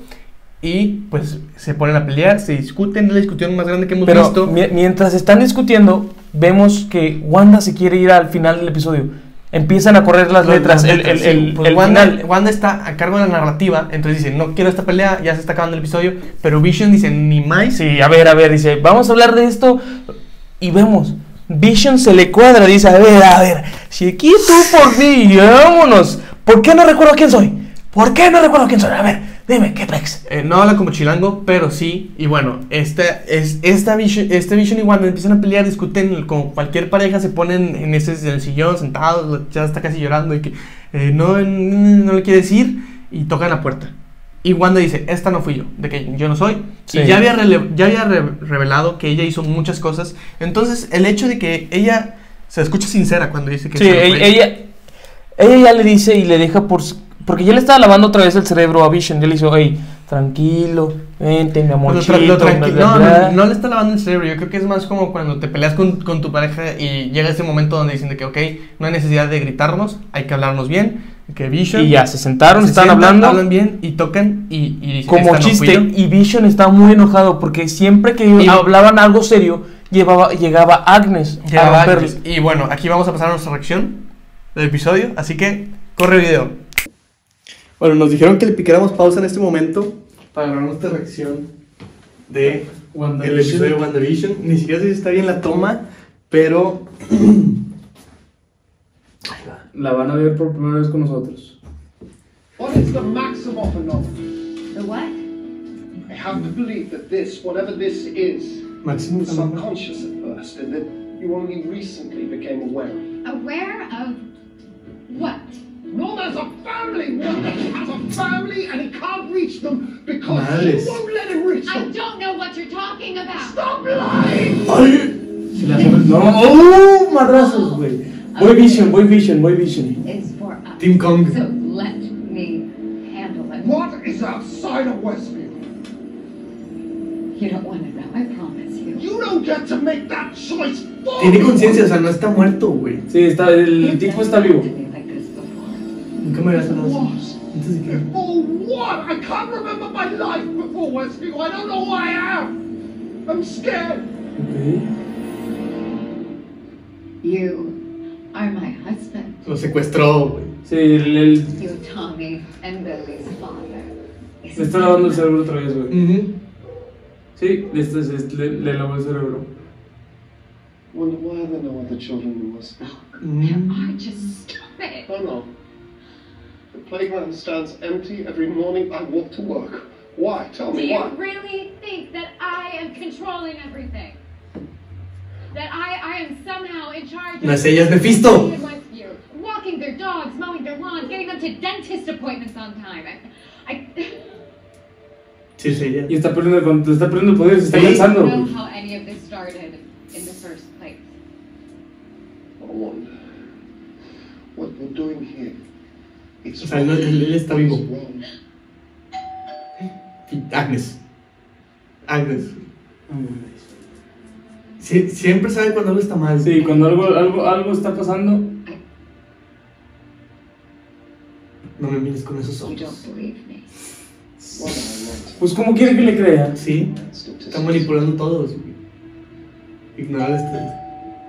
Speaker 4: y pues se ponen a pelear, se discuten, es la discusión más grande que hemos
Speaker 5: Pero
Speaker 4: visto.
Speaker 5: mi- mientras están discutiendo, vemos que Wanda se quiere ir al final del episodio. Empiezan a correr las letras, el, el,
Speaker 4: sí,
Speaker 5: el-
Speaker 4: pues
Speaker 5: el
Speaker 4: Wanda,
Speaker 5: final.
Speaker 4: Wanda está a cargo de la narrativa, entonces dice, no quiero esta pelea, ya se está acabando el episodio, pero Vision dice, ni más.
Speaker 5: Sí, a ver, a ver, dice, vamos a hablar de esto y vemos. Vision se le cuadra, dice, a ver, a ver, chiquito por ti, vámonos. ¿Por qué no recuerdo quién soy? ¿Por qué no recuerdo quién soy? A ver, dime, ¿qué pex?
Speaker 4: Eh, no habla como chilango, pero sí. Y bueno, esta, es, esta Vision, este Vision y Wanda empiezan a pelear, discuten como cualquier pareja, se ponen en ese en el sillón, sentados, ya está casi llorando y que eh, no, no no le quiere decir y tocan la puerta. Y Wanda dice, esta no fui yo, de que yo no soy.
Speaker 5: Sí.
Speaker 4: Y ya había, rele- ya había re- revelado que ella hizo muchas cosas. Entonces, el hecho de que ella se escucha sincera cuando dice que...
Speaker 5: Sí,
Speaker 4: eso no fue
Speaker 5: ella, ella, ella ya le dice y le deja por... s- Porque ya le estaba lavando otra vez el cerebro a Vision. Ya le dijo, hey, tranquilo, vente, mi amor.
Speaker 4: Lo tra- lo tranqui- no, no, no le está lavando el cerebro. Yo creo que es más como cuando te peleas con, con tu pareja y llega ese momento donde dicen de que, ok, no hay necesidad de gritarnos, hay que hablarnos bien. Que Vision.
Speaker 5: Y ya, se sentaron,
Speaker 4: se
Speaker 5: están
Speaker 4: sientan,
Speaker 5: hablando.
Speaker 4: Hablan bien y tocan y, y dicen
Speaker 5: como
Speaker 4: "Esta no fui
Speaker 5: chiste.
Speaker 4: yo".
Speaker 5: y Vision está muy enojado porque siempre que
Speaker 4: Y-
Speaker 5: hablaban algo serio, llevaba, llegaba Agnes
Speaker 4: Llegaba
Speaker 5: a romperle.
Speaker 4: antes. Y bueno, aquí vamos a pasar a nuestra reacción del episodio. Así que, corre video.
Speaker 2: Bueno, nos dijeron que le picáramos pausa en este momento para grabar nuestra reacción de el episodio de WandaVision. Ni siquiera sé si está bien la toma, pero
Speaker 1: La van a ver por primera vez con nosotros.
Speaker 6: What is the Maximoff anomaly?
Speaker 7: The what?
Speaker 6: I have to believe that this, whatever this is,
Speaker 2: Máximo
Speaker 6: was subconscious at first, and that you only recently became aware of. it.
Speaker 7: Aware of what?
Speaker 6: No, there's a family! One that has a family, and he can't reach them because
Speaker 2: Madres.
Speaker 6: you won't let him reach
Speaker 7: I
Speaker 6: them!
Speaker 7: don't know what you're talking about.
Speaker 6: Stop lying!
Speaker 1: Si la hacemos- No, ¡uh! Madrazos, güey. Voy Vision, voy Vision, voy Vision.
Speaker 7: It's for us.
Speaker 2: Team Kong.
Speaker 7: So let me handle it.
Speaker 6: What is outside of Westfield?
Speaker 7: You don't want to know, I promise you.
Speaker 6: You don't get to make that choice for
Speaker 2: Tiene
Speaker 6: me.
Speaker 2: conciencia, o sea, no está muerto, güey.
Speaker 1: Sí, está, el tipo está vivo.
Speaker 7: You've done to me like this before.
Speaker 2: Nunca me había sonado
Speaker 6: What?
Speaker 2: Antes de que.
Speaker 6: Before what? I can't remember my life before Westfield. I don't know who I am. I'm scared.
Speaker 1: Ok.
Speaker 7: You are my husband.
Speaker 2: Lo secuestró, güey.
Speaker 1: Sí, el, el-
Speaker 7: You're Tommy and Lily's father.
Speaker 1: le está lavando el cerebro otra vez, güey. Sí, le, está- se- le, le lavó el cerebro.
Speaker 6: Wonder why there are no other children in Westfield.
Speaker 7: There are just stop it.
Speaker 6: Oh no. The playground stands empty every morning I walk to work. Why? Tell
Speaker 7: Do
Speaker 6: me
Speaker 7: you
Speaker 6: why.
Speaker 7: really think that I am controlling everything? That I, I am somehow in charge of
Speaker 2: No es ella, es Mephisto.
Speaker 7: in Westview, walking their dogs, mowing their lawns, getting them to dentist appointments on time. I, I
Speaker 2: Sí, sí, ella.
Speaker 1: Y está perdiendo, el con- está perdiendo el poder, se está
Speaker 2: Sí.
Speaker 7: don't
Speaker 1: cansando.
Speaker 7: know
Speaker 1: güey.
Speaker 7: how any of this started in the first place.
Speaker 6: I wonder what we're doing here. It's
Speaker 2: O sea, no, él, él está vivo.
Speaker 6: wrong.
Speaker 2: Y Agnes. Agnes. Sie- siempre sabe cuando algo está mal.
Speaker 1: Sí, cuando algo, algo, algo está pasando,
Speaker 2: No me mires con esos
Speaker 7: You don't
Speaker 2: ojos.
Speaker 7: believe me.
Speaker 6: What am
Speaker 1: pues ¿cómo quiere que le crea?
Speaker 2: Sí.
Speaker 6: I meant? Statistics.
Speaker 2: Están manipulando todos, güey. Ignorar este.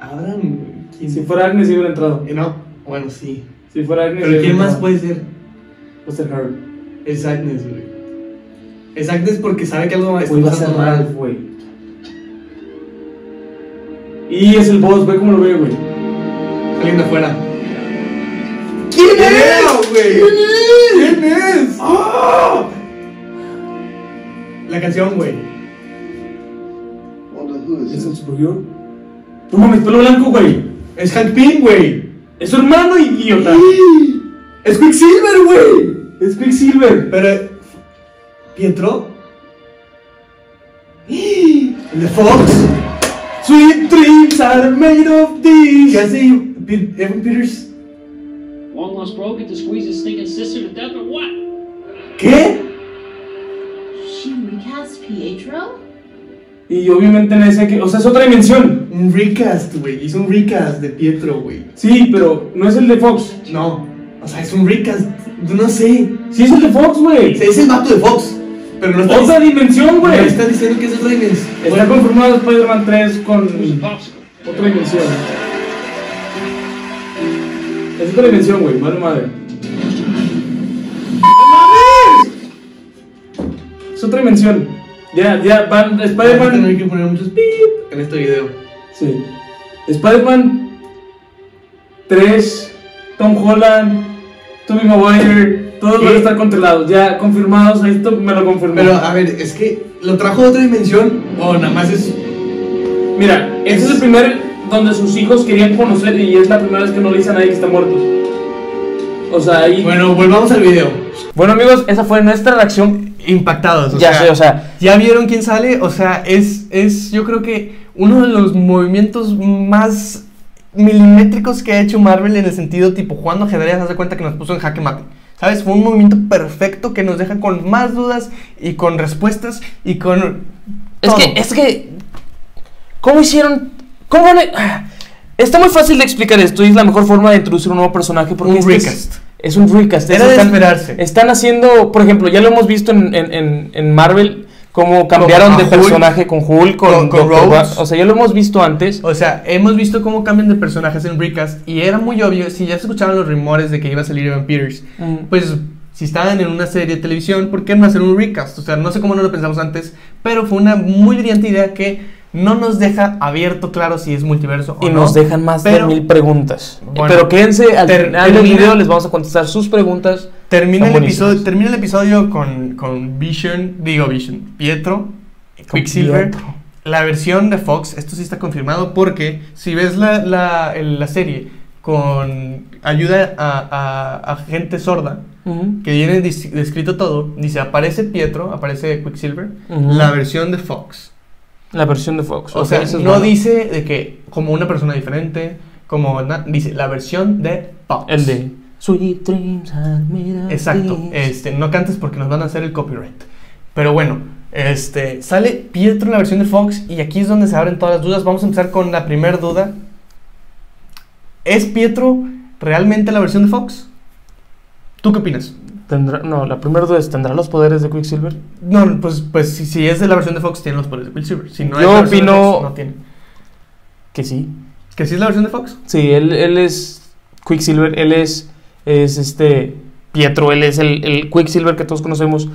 Speaker 2: Abran, güey. ¿Quién?
Speaker 1: Si fuera Agnes, sí hubiera entrado.
Speaker 2: Eh, No, bueno, sí.
Speaker 1: Si fuera Agnes,
Speaker 2: Pero
Speaker 1: sí
Speaker 2: ¿quién
Speaker 1: hubiera
Speaker 2: más
Speaker 1: entrado.
Speaker 2: puede ser?
Speaker 1: Puede ser Harold.
Speaker 2: Es Agnes, güey. Es Agnes porque sabe que algo está
Speaker 1: Güey, va a ser
Speaker 2: pasando
Speaker 1: Ralph,
Speaker 2: mal.
Speaker 1: güey. Y es el boss, ve cómo lo ve, güey.
Speaker 2: Alguien de afuera. ¿Quién es? güey? ¿Quién es? ¡Ah! La canción, güey.
Speaker 6: Wonder who is
Speaker 1: Es
Speaker 6: it?
Speaker 1: el superhero. No mames, pelo blanco, güey.
Speaker 2: Es Hank Pym, güey.
Speaker 1: Es su hermano, idiota.
Speaker 2: Es Quicksilver, güey.
Speaker 1: Es Quicksilver.
Speaker 2: Pero. ¿Pietro? El de Fox. Sweet dreams are made of these. ¿Qué hace Pe- Evan Peters?
Speaker 8: One less broken to squeeze his stinking sister to death or what?
Speaker 2: ¿Qué?
Speaker 9: She recast Pietro?
Speaker 1: Y obviamente nadie sabe que. O sea, es otra dimensión.
Speaker 2: Un recast, güey. Hizo un recast de Pietro, güey.
Speaker 1: Sí, pero no es el de Fox.
Speaker 2: No. O sea, es un recast. No sé.
Speaker 1: Sí, es el de Fox, güey.
Speaker 2: Es el vato de Fox. Pero no está,
Speaker 1: Otra
Speaker 2: dic-
Speaker 1: dimensión,
Speaker 2: no
Speaker 1: güey.
Speaker 2: está diciendo que es otra dimensión.
Speaker 1: Está
Speaker 2: Bueno,
Speaker 1: conformado Spider-Man 3 con
Speaker 8: Who's a popsicle?
Speaker 1: otra dimensión. Es otra dimensión, güey. Madre madre. Es otra dimensión. Ya, ya, van.
Speaker 2: Vamos a tener
Speaker 1: Spider-Man.
Speaker 2: que poner muchos pip en este video.
Speaker 1: Sí. Spider-Man 3, Tom Holland, Tobey Maguire, todos
Speaker 2: ¿Qué?
Speaker 1: van a estar controlados, ya confirmados, ahí esto me lo confirmó.
Speaker 2: Pero a ver, es que lo trajo a otra dimensión o nada más es.
Speaker 1: Mira, este es el primer donde sus hijos querían conocer y es la primera vez que no le dicen a nadie que está muerto. O sea, ahí...
Speaker 2: Bueno, volvamos al video.
Speaker 5: Bueno, amigos, esa fue nuestra reacción.
Speaker 4: impactados.
Speaker 5: Ya sé, o sea,
Speaker 4: ¿Ya vieron quién sale? O sea, es, es yo creo que uno de los movimientos más milimétricos que ha hecho Marvel en el sentido tipo jugando ajedrez, haz de cuenta que nos puso en jaque mate. ¿Sabes? Fue un movimiento perfecto que nos deja con más dudas y con respuestas y con...
Speaker 5: es
Speaker 4: todo.
Speaker 5: que, es que. ¿Cómo hicieron? ¿Cómo le.? Está muy fácil de explicar esto y es la mejor forma de introducir un nuevo personaje porque
Speaker 4: Un
Speaker 5: este es-
Speaker 4: recast.
Speaker 5: Es un recast.
Speaker 4: Era
Speaker 5: Eso
Speaker 4: de
Speaker 5: están-
Speaker 4: esperarse.
Speaker 5: Están haciendo, por ejemplo, ya lo hemos visto en, en- en- en Marvel, cómo cambiaron
Speaker 4: a
Speaker 5: de
Speaker 4: Hulk.
Speaker 5: personaje con Hulk, con,
Speaker 4: Con- con
Speaker 5: Dr.
Speaker 4: Rhodes.
Speaker 5: Wa- O sea, ya lo hemos visto antes.
Speaker 4: O sea, hemos visto cómo cambian de personajes en Recast y era muy obvio, si ya se escuchaban los rumores de que iba a salir Evan Peters,
Speaker 5: Mm.
Speaker 4: pues si estaban en una serie de televisión, ¿por qué no hacer un recast? O sea, no sé cómo no lo pensamos antes, pero fue una muy brillante idea que no nos deja abierto claro si es multiverso o
Speaker 5: Y
Speaker 4: no.
Speaker 5: nos dejan más
Speaker 4: pero
Speaker 5: de mil preguntas.
Speaker 4: Bueno.
Speaker 5: pero quédense al
Speaker 4: Ter-
Speaker 5: final del
Speaker 4: termina-
Speaker 5: video, les vamos a contestar sus preguntas.
Speaker 4: Termina el,
Speaker 5: Están
Speaker 4: episodio,
Speaker 5: buenísimas.
Speaker 4: termina el episodio con, con Vision, digo Vision, Pietro,
Speaker 5: Con
Speaker 4: Quicksilver.
Speaker 5: Pietro.
Speaker 4: La versión de Fox, esto sí está confirmado porque si ves la, la- el- la serie con ayuda a, a- a gente sorda,
Speaker 5: Ujú.
Speaker 4: que viene dis- descrito todo, dice aparece Pietro, aparece Quicksilver,
Speaker 5: Ujú.
Speaker 4: la versión de Fox.
Speaker 5: La versión de Fox.
Speaker 4: O
Speaker 5: ok,
Speaker 4: sea,
Speaker 5: eso es
Speaker 4: no
Speaker 5: bueno.
Speaker 4: dice de que como una persona diferente, como na- dice la versión de Fox.
Speaker 5: El de. Sweet dreams are made of
Speaker 4: Pues, Exacto.
Speaker 5: this".
Speaker 4: Este, no cantes porque nos van a hacer el copyright. Pero bueno, este, sale Pietro en la versión de Fox y aquí es donde se abren todas las dudas. Vamos a empezar con la primera duda. ¿Es Pietro realmente la versión de Fox? ¿Tú qué opinas?
Speaker 5: Tendrá- no, la primera duda es: ¿tendrá los poderes de Quicksilver?
Speaker 4: No, pues, pues si, si es de la versión de Fox, tiene los poderes de Quicksilver. Si no es
Speaker 5: Yo
Speaker 4: la versión de
Speaker 5: opino-
Speaker 4: Fox, no tiene.
Speaker 5: Que sí.
Speaker 4: ¿Que si es la versión de Fox?
Speaker 5: Sí, él, él es Quicksilver, él es, es este Pietro, él es el, el Quicksilver que todos conocemos.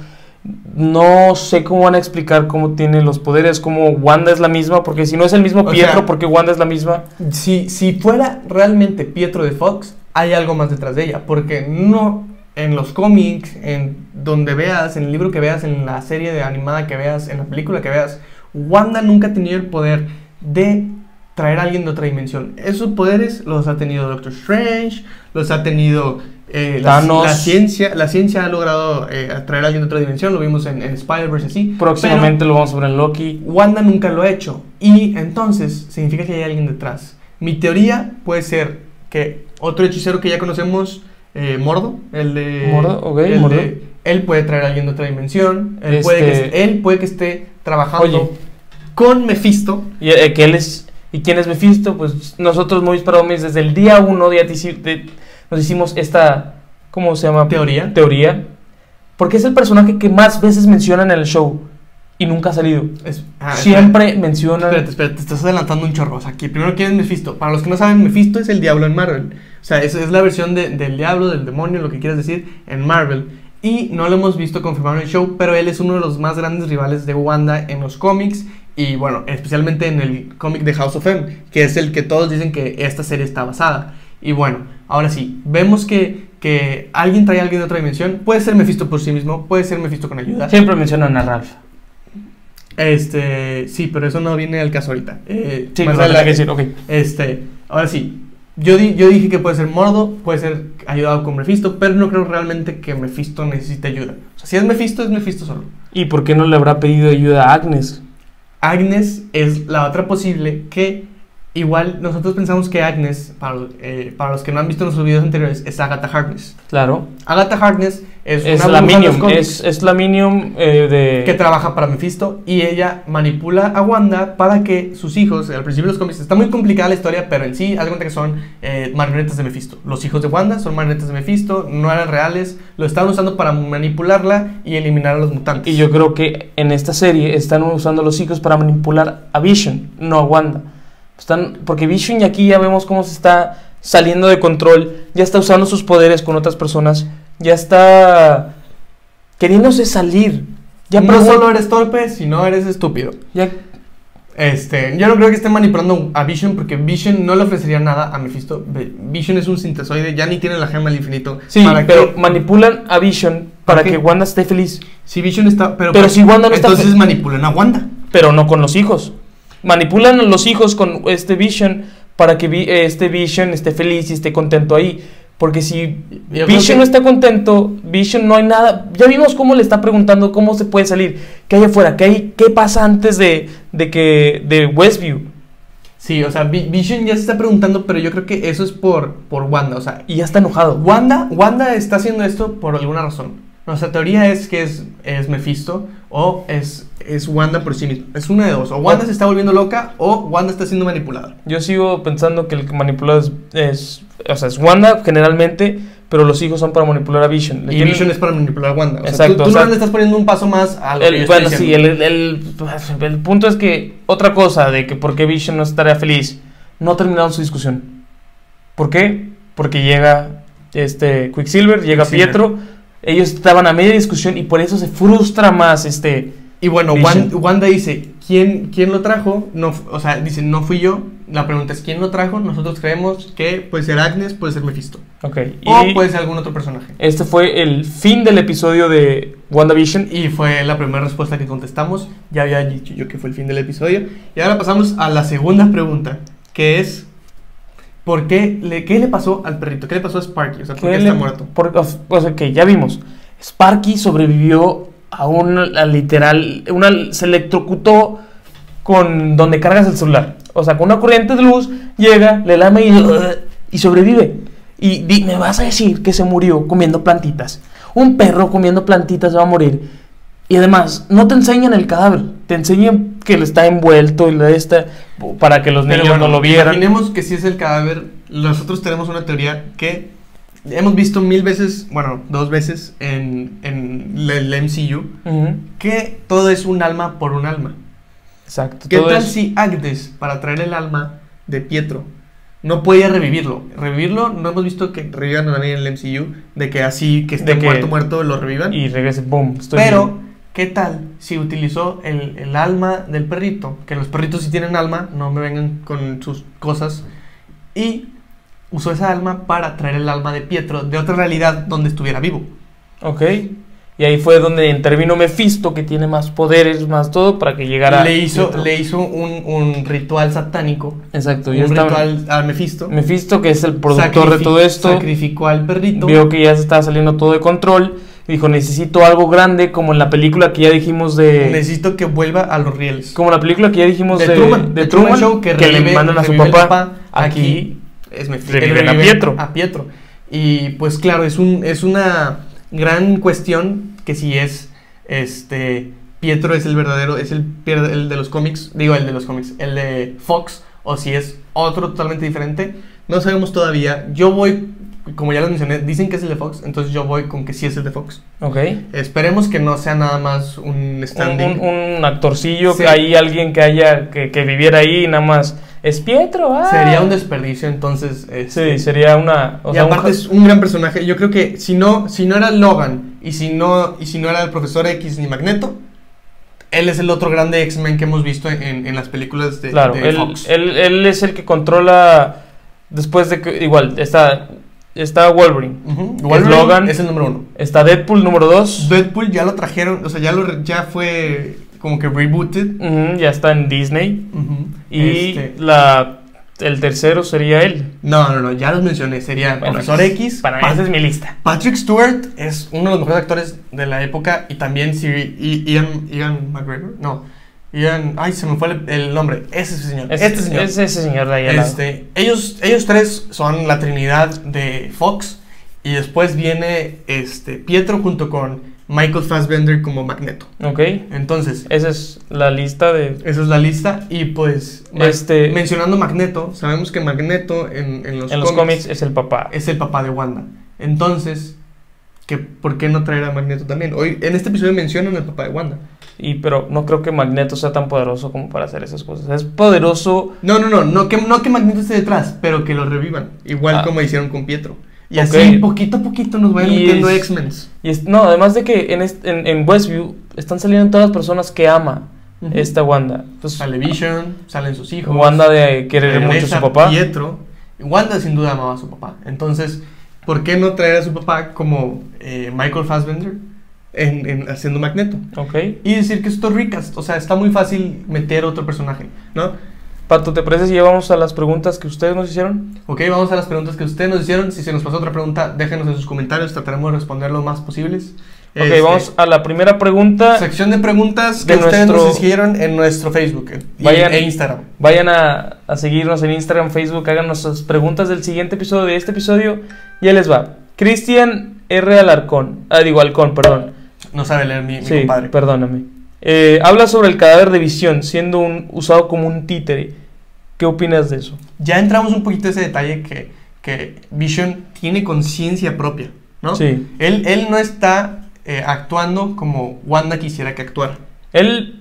Speaker 5: No sé cómo van a explicar cómo tiene los poderes, cómo Wanda es la misma, porque si no es el mismo
Speaker 4: O
Speaker 5: Pietro,
Speaker 4: sea-
Speaker 5: porque Wanda es la misma?
Speaker 4: Si, si fuera realmente Pietro de Fox, hay algo más detrás de ella, porque no en los cómics, en donde veas, en el libro que veas, en la serie de animada que veas, en la película que veas, Wanda nunca ha tenido el poder de traer a alguien de otra dimensión. Esos poderes los ha tenido Doctor Strange, los ha tenido eh, la,
Speaker 5: Thanos.
Speaker 4: la ciencia, la ciencia ha logrado eh, traer a alguien de otra dimensión, lo vimos en, en Spider-Verse así.
Speaker 5: Próximamente
Speaker 4: pero-
Speaker 5: lo vamos a ver en Loki.
Speaker 4: Wanda nunca lo ha hecho. Y entonces significa que hay alguien detrás. Mi teoría puede ser que otro hechicero que ya conocemos, eh, Mordo, el de.
Speaker 5: Mordo, ok,
Speaker 4: el
Speaker 5: Mordo.
Speaker 4: de- él puede traer a alguien de otra dimensión. Él, puede,
Speaker 5: Este-
Speaker 4: que, él puede que esté trabajando
Speaker 5: Oye.
Speaker 4: con Mephisto.
Speaker 5: Y eh, que él es y quién es Mephisto, pues nosotros Movies para Dummies desde el día uno de, atici- de- nos hicimos esta ¿cómo se llama?
Speaker 4: Teoría.
Speaker 5: Teoría. Porque es el personaje que más veces mencionan en el show y nunca ha salido.
Speaker 4: Es- ah,
Speaker 5: Siempre mencionan.
Speaker 4: Espérate, espérate, te estás adelantando un chorro. O sea, aquí primero quién es Mephisto. Para los que no saben, Mephisto es el diablo en Marvel. O sea, es, es la versión de- del diablo, del demonio, lo que quieras decir, en Marvel. Y no lo hemos visto confirmado en el show, pero él es uno de los más grandes rivales de Wanda en los cómics. Y bueno, especialmente en el cómic de House of M, que es el que todos dicen que esta serie está basada. Y bueno, ahora sí, vemos que, que alguien trae a alguien de otra dimensión. Puede ser Mephisto por sí mismo, puede ser Mephisto con ayuda.
Speaker 5: Siempre mencionan a Ralph.
Speaker 4: Este, sí, pero eso no viene al caso ahorita. Eh,
Speaker 5: Sí,
Speaker 4: más
Speaker 5: lo tenía
Speaker 4: adelante.
Speaker 5: que decir, ok.
Speaker 4: Este, ahora sí. Yo, di- yo dije que puede ser Mordo, puede ser ayudado con Mephisto, pero no creo realmente que Mephisto necesite ayuda. O sea, si es Mephisto, es Mephisto solo.
Speaker 5: ¿Y por qué no le habrá pedido ayuda a Agnes?
Speaker 4: Agnes es la otra posible que igual nosotros pensamos que Agnes, para, eh, para los que no han visto nuestros videos anteriores, es Agatha Harkness.
Speaker 5: Claro.
Speaker 4: Agatha Harkness es,
Speaker 5: Es
Speaker 4: una bruja de
Speaker 5: la
Speaker 4: los
Speaker 5: Minium.
Speaker 4: cómics
Speaker 5: Es, es la Minium eh, de.
Speaker 4: que trabaja para Mephisto y ella manipula a Wanda para que sus hijos, al principio de los cómics, está muy complicada la historia, pero en sí, haz de cuenta que son eh, marionetas de Mephisto. Los hijos de Wanda son marionetas de Mephisto, no eran reales, lo estaban usando para manipularla y eliminar a los mutantes.
Speaker 5: Y yo creo que en esta serie están usando los hijos para manipular a Vision, no a Wanda. Están, porque Vision y aquí ya vemos cómo se está saliendo de control, ya está usando sus poderes con otras personas, ya está queriéndose salir. Ya
Speaker 4: no
Speaker 5: probó-
Speaker 4: solo eres torpe, sino eres estúpido.
Speaker 5: ya-
Speaker 4: Este, yo no creo que estén manipulando a Vision porque Vision no le ofrecería nada a Mephisto. Ve- Vision es un sintesoide, ya ni tiene la gema del infinito.
Speaker 5: sí,
Speaker 4: ¿Para
Speaker 5: pero
Speaker 4: qué?
Speaker 5: manipulan a Vision para
Speaker 4: ¿Para qué?
Speaker 5: que Wanda esté feliz,
Speaker 4: si Vision está, pero,
Speaker 5: pero
Speaker 4: ¿para
Speaker 5: si
Speaker 4: qué?
Speaker 5: Wanda no está
Speaker 4: entonces
Speaker 5: fe-
Speaker 4: manipulan a Wanda.
Speaker 5: pero no con los hijos. Manipulan a los hijos con este Vision para que vi- este Vision esté feliz y esté contento ahí. Porque si
Speaker 4: Yo creo que-
Speaker 5: Vision no está contento, Vision no hay nada. Ya vimos cómo le está preguntando cómo se puede salir, qué hay afuera, qué hay, qué pasa antes de, de que de Westview.
Speaker 4: Sí, o sea, Vi- Vision ya se está preguntando, pero yo creo que eso es por, por Wanda. O sea,
Speaker 5: Y ya está enojado.
Speaker 4: Wanda, Wanda está haciendo esto por alguna razón. Nuestra teoría es que es, es Mephisto o es, es Wanda por sí misma. Es una de dos. O Wanda se está volviendo loca o Wanda está siendo manipulada.
Speaker 5: Yo sigo pensando que el que manipula es, es- o sea, es Wanda generalmente, pero los hijos son para manipular a Vision. Le
Speaker 4: Y
Speaker 5: tienen-
Speaker 4: Vision es para manipular a Wanda. O sea,
Speaker 5: Exacto,
Speaker 4: tú, tú
Speaker 5: o sea,
Speaker 4: no le estás poniendo un paso más a lo que yo
Speaker 5: El,
Speaker 4: estoy
Speaker 5: bueno, sí,
Speaker 4: diciendo.
Speaker 5: el, el, el- el punto es que otra cosa de que por qué Vision no estaría feliz, no terminaron su discusión. ¿Por qué? Porque llega este Quicksilver, llega
Speaker 4: Quicksilver.
Speaker 5: Pietro, ellos estaban a media discusión y por eso se frustra más este
Speaker 4: Y bueno,
Speaker 5: Vision.
Speaker 4: Wan- Wanda dice, ¿quién, ¿quién lo trajo? No, fu- o sea, dice, no fui yo. La pregunta es, ¿quién lo trajo? Nosotros creemos que puede ser Agnes, puede ser Mephisto.
Speaker 5: Ok,
Speaker 4: O
Speaker 5: y
Speaker 4: puede ser algún otro personaje.
Speaker 5: este fue el fin del episodio de WandaVision
Speaker 4: Y fue la primera respuesta que contestamos. Ya había dicho yo que fue el fin del episodio. Y ahora pasamos a la segunda pregunta, que es, ¿por qué le, qué le pasó al perrito? ¿Qué le pasó a Sparky? O sea, ¿por qué,
Speaker 5: ¿Qué
Speaker 4: está
Speaker 5: le-
Speaker 4: muerto?
Speaker 5: por- o o sea, que ya vimos. Sparky sobrevivió a un a literal. Una, se electrocutó con donde cargas el celular. O sea, con una corriente de luz, llega, le lame y, y sobrevive. Y di- me vas a decir que se murió comiendo plantitas. Un perro comiendo plantitas se va a morir. Y además, no te enseñan el cadáver. Te enseñan que le está envuelto y le está. para que los
Speaker 4: Pero
Speaker 5: niños
Speaker 4: bueno,
Speaker 5: no lo vieran.
Speaker 4: Imaginemos que si es el cadáver. Nosotros tenemos una teoría que hemos visto mil veces, bueno, dos veces en, en la- el MCU,
Speaker 5: Ujú,
Speaker 4: que todo es un alma por un alma.
Speaker 5: Exacto.
Speaker 4: ¿Qué
Speaker 5: todo
Speaker 4: tal
Speaker 5: eso.
Speaker 4: si Agnes, para traer el alma de Pietro, no podía revivirlo? Revivirlo, no hemos visto que revivan también en el MCU, de que así, que esté
Speaker 5: De que-
Speaker 4: muerto, muerto, lo revivan.
Speaker 5: Y regrese, boom. estoy
Speaker 4: Pero,
Speaker 5: bien.
Speaker 4: ¿qué tal si utilizó el, el alma del perrito? Que los perritos sí tienen alma, no me vengan con sus cosas. Y usó esa alma para traer el alma de Pietro de otra realidad donde estuviera vivo.
Speaker 5: Ok. Y ahí fue donde intervino Mephisto, que tiene más poderes, más todo, para que llegara.
Speaker 4: le hizo,
Speaker 5: Pietro.
Speaker 4: le hizo un, un ritual satánico.
Speaker 5: Exacto.
Speaker 4: Un
Speaker 5: Ya estaba-
Speaker 4: ritual a Mephisto.
Speaker 5: Mephisto, que es el productor
Speaker 4: Sacrifi-
Speaker 5: de todo esto,
Speaker 4: Sacrificó al perrito.
Speaker 5: vio que ya se estaba saliendo todo de control. Dijo: Necesito algo grande, como en la película que ya dijimos de.
Speaker 4: Necesito que vuelva a los rieles.
Speaker 5: como la película que ya dijimos
Speaker 4: De
Speaker 5: de,
Speaker 4: Truman,
Speaker 5: de
Speaker 4: de Truman
Speaker 5: Truman,
Speaker 4: Show, que
Speaker 5: que,
Speaker 4: revive-
Speaker 5: le mandan a su
Speaker 4: revive el
Speaker 5: papá.
Speaker 4: papá. Aquí
Speaker 5: Aquí,
Speaker 4: Es Mephi-
Speaker 5: Reviven
Speaker 4: él
Speaker 5: a
Speaker 4: revive
Speaker 5: Pietro.
Speaker 4: A Pietro. Y pues claro, es, un, es una gran cuestión que si es este Pietro es el verdadero, es el, pier- el de los cómics, digo el de los cómics, el de Fox, o si es otro totalmente diferente. No sabemos todavía. Yo voy, como ya les mencioné, dicen que es el de Fox, entonces yo voy con que sí es el de Fox.
Speaker 5: ok.
Speaker 4: Esperemos que no sea nada más un
Speaker 5: Un,
Speaker 4: standing.
Speaker 5: un- un actorcillo,
Speaker 4: Sí.
Speaker 5: que hay alguien que haya que, que viviera ahí y nada más. Es Pietro, ah.
Speaker 4: Sería un desperdicio, entonces. este,
Speaker 5: Sí, sería una. o
Speaker 4: y
Speaker 5: sea, un
Speaker 4: aparte
Speaker 5: ja-
Speaker 4: es un gran personaje. Yo creo que si no, si no era Logan y si no, y si no era el profesor X ni Magneto, él es el otro grande X-Men que hemos visto en, en- en las películas de,
Speaker 5: Claro,
Speaker 4: de
Speaker 5: él,
Speaker 4: Fox.
Speaker 5: él- él es el que controla. Después de que. Igual, está, está Wolverine.
Speaker 4: Ujú.
Speaker 5: es
Speaker 4: Wolverine
Speaker 5: Logan.
Speaker 4: es el número uno.
Speaker 5: Está Deadpool número 2.
Speaker 4: Deadpool ya lo trajeron, o sea, ya, lo, re- ya fue como que rebooted.
Speaker 5: ya está en Disney.
Speaker 4: Ujú.
Speaker 5: Y
Speaker 4: Este,
Speaker 5: la, el tercero sería él.
Speaker 4: no, no, no, ya los mencioné. Sería
Speaker 5: Bueno,
Speaker 4: Profesor
Speaker 5: es-
Speaker 4: X. Ah.
Speaker 5: Para mí,
Speaker 4: Pat-
Speaker 5: esa es mi lista.
Speaker 4: Patrick Stewart es uno de los mejores actores de la época y también Sir I- Ian, Ian McGregor. No, Ian, ay, se me fue el, el nombre. Ese señor. este señor.
Speaker 5: Es ese señor de ahí al lado.
Speaker 4: Este, ellos, ellos tres son la trinidad de Fox. Y después viene este, Pietro junto con Michael Fassbender como Magneto.
Speaker 5: Ok.
Speaker 4: Entonces,
Speaker 5: Esa es la lista de.
Speaker 4: esa es la lista. Y pues, ma-
Speaker 5: Este-
Speaker 4: mencionando Magneto, sabemos que Magneto en, en los,
Speaker 5: en los cómics es el papá.
Speaker 4: es el papá de Wanda. Entonces, ¿qué, ¿por qué no traer a Magneto también? Hoy, en este episodio mencionan al papá de Wanda.
Speaker 5: Y pero no creo que Magneto sea tan poderoso como para hacer esas cosas. Es poderoso.
Speaker 4: No, no, no, no que, no que Magneto esté detrás, pero que lo revivan. Igual
Speaker 5: Ah.
Speaker 4: como hicieron con Pietro. Y
Speaker 5: Ok.
Speaker 4: así, poquito a poquito nos vayan
Speaker 5: Y
Speaker 4: metiendo
Speaker 5: es-
Speaker 4: X-Men.
Speaker 5: Y es- no, además de que en, est- en, en Westview están saliendo todas las personas que ama
Speaker 4: Ujú.
Speaker 5: esta Wanda. Entonces,
Speaker 4: Sale Vision, salen sus hijos.
Speaker 5: Wanda de querer mucho a
Speaker 4: regresa
Speaker 5: su papá.
Speaker 4: Pietro. Wanda sin duda amaba a su papá. Entonces, ¿por qué no traer a su papá como eh, Michael Fassbender en, en- haciendo Magneto?
Speaker 5: Ok.
Speaker 4: Y decir que esto es ricas. O sea, está muy fácil meter otro personaje, ¿no?
Speaker 5: Pato, ¿te parece si llevamos a las preguntas que ustedes nos hicieron?
Speaker 4: Ok, vamos a las preguntas que ustedes nos hicieron. Si se nos pasó otra pregunta, déjenos en sus comentarios. Trataremos de responder lo más posibles.
Speaker 5: Ok,
Speaker 4: Este,
Speaker 5: vamos a la primera pregunta.
Speaker 4: Sección de preguntas que
Speaker 5: de
Speaker 4: ustedes nos
Speaker 5: nuestro-
Speaker 4: hicieron en nuestro Facebook eh, y-
Speaker 5: Vayan-
Speaker 4: e Instagram.
Speaker 5: Vayan a, a seguirnos en Instagram, Facebook, háganos sus preguntas del siguiente episodio, de este episodio. Y ahí les va. Cristian R. Alarcón. Ah, digo, Alcón, perdón.
Speaker 4: No sabe leer mi, mi
Speaker 5: sí,
Speaker 4: compadre.
Speaker 5: perdóname. Eh, habla sobre el cadáver de visión, siendo un, usado como un títere. ¿Qué opinas de eso?
Speaker 4: Ya entramos un poquito a ese detalle que, que Vision tiene conciencia propia, ¿no?
Speaker 5: Sí.
Speaker 4: Él, él no está eh, actuando como Wanda quisiera que actuara.
Speaker 5: Él,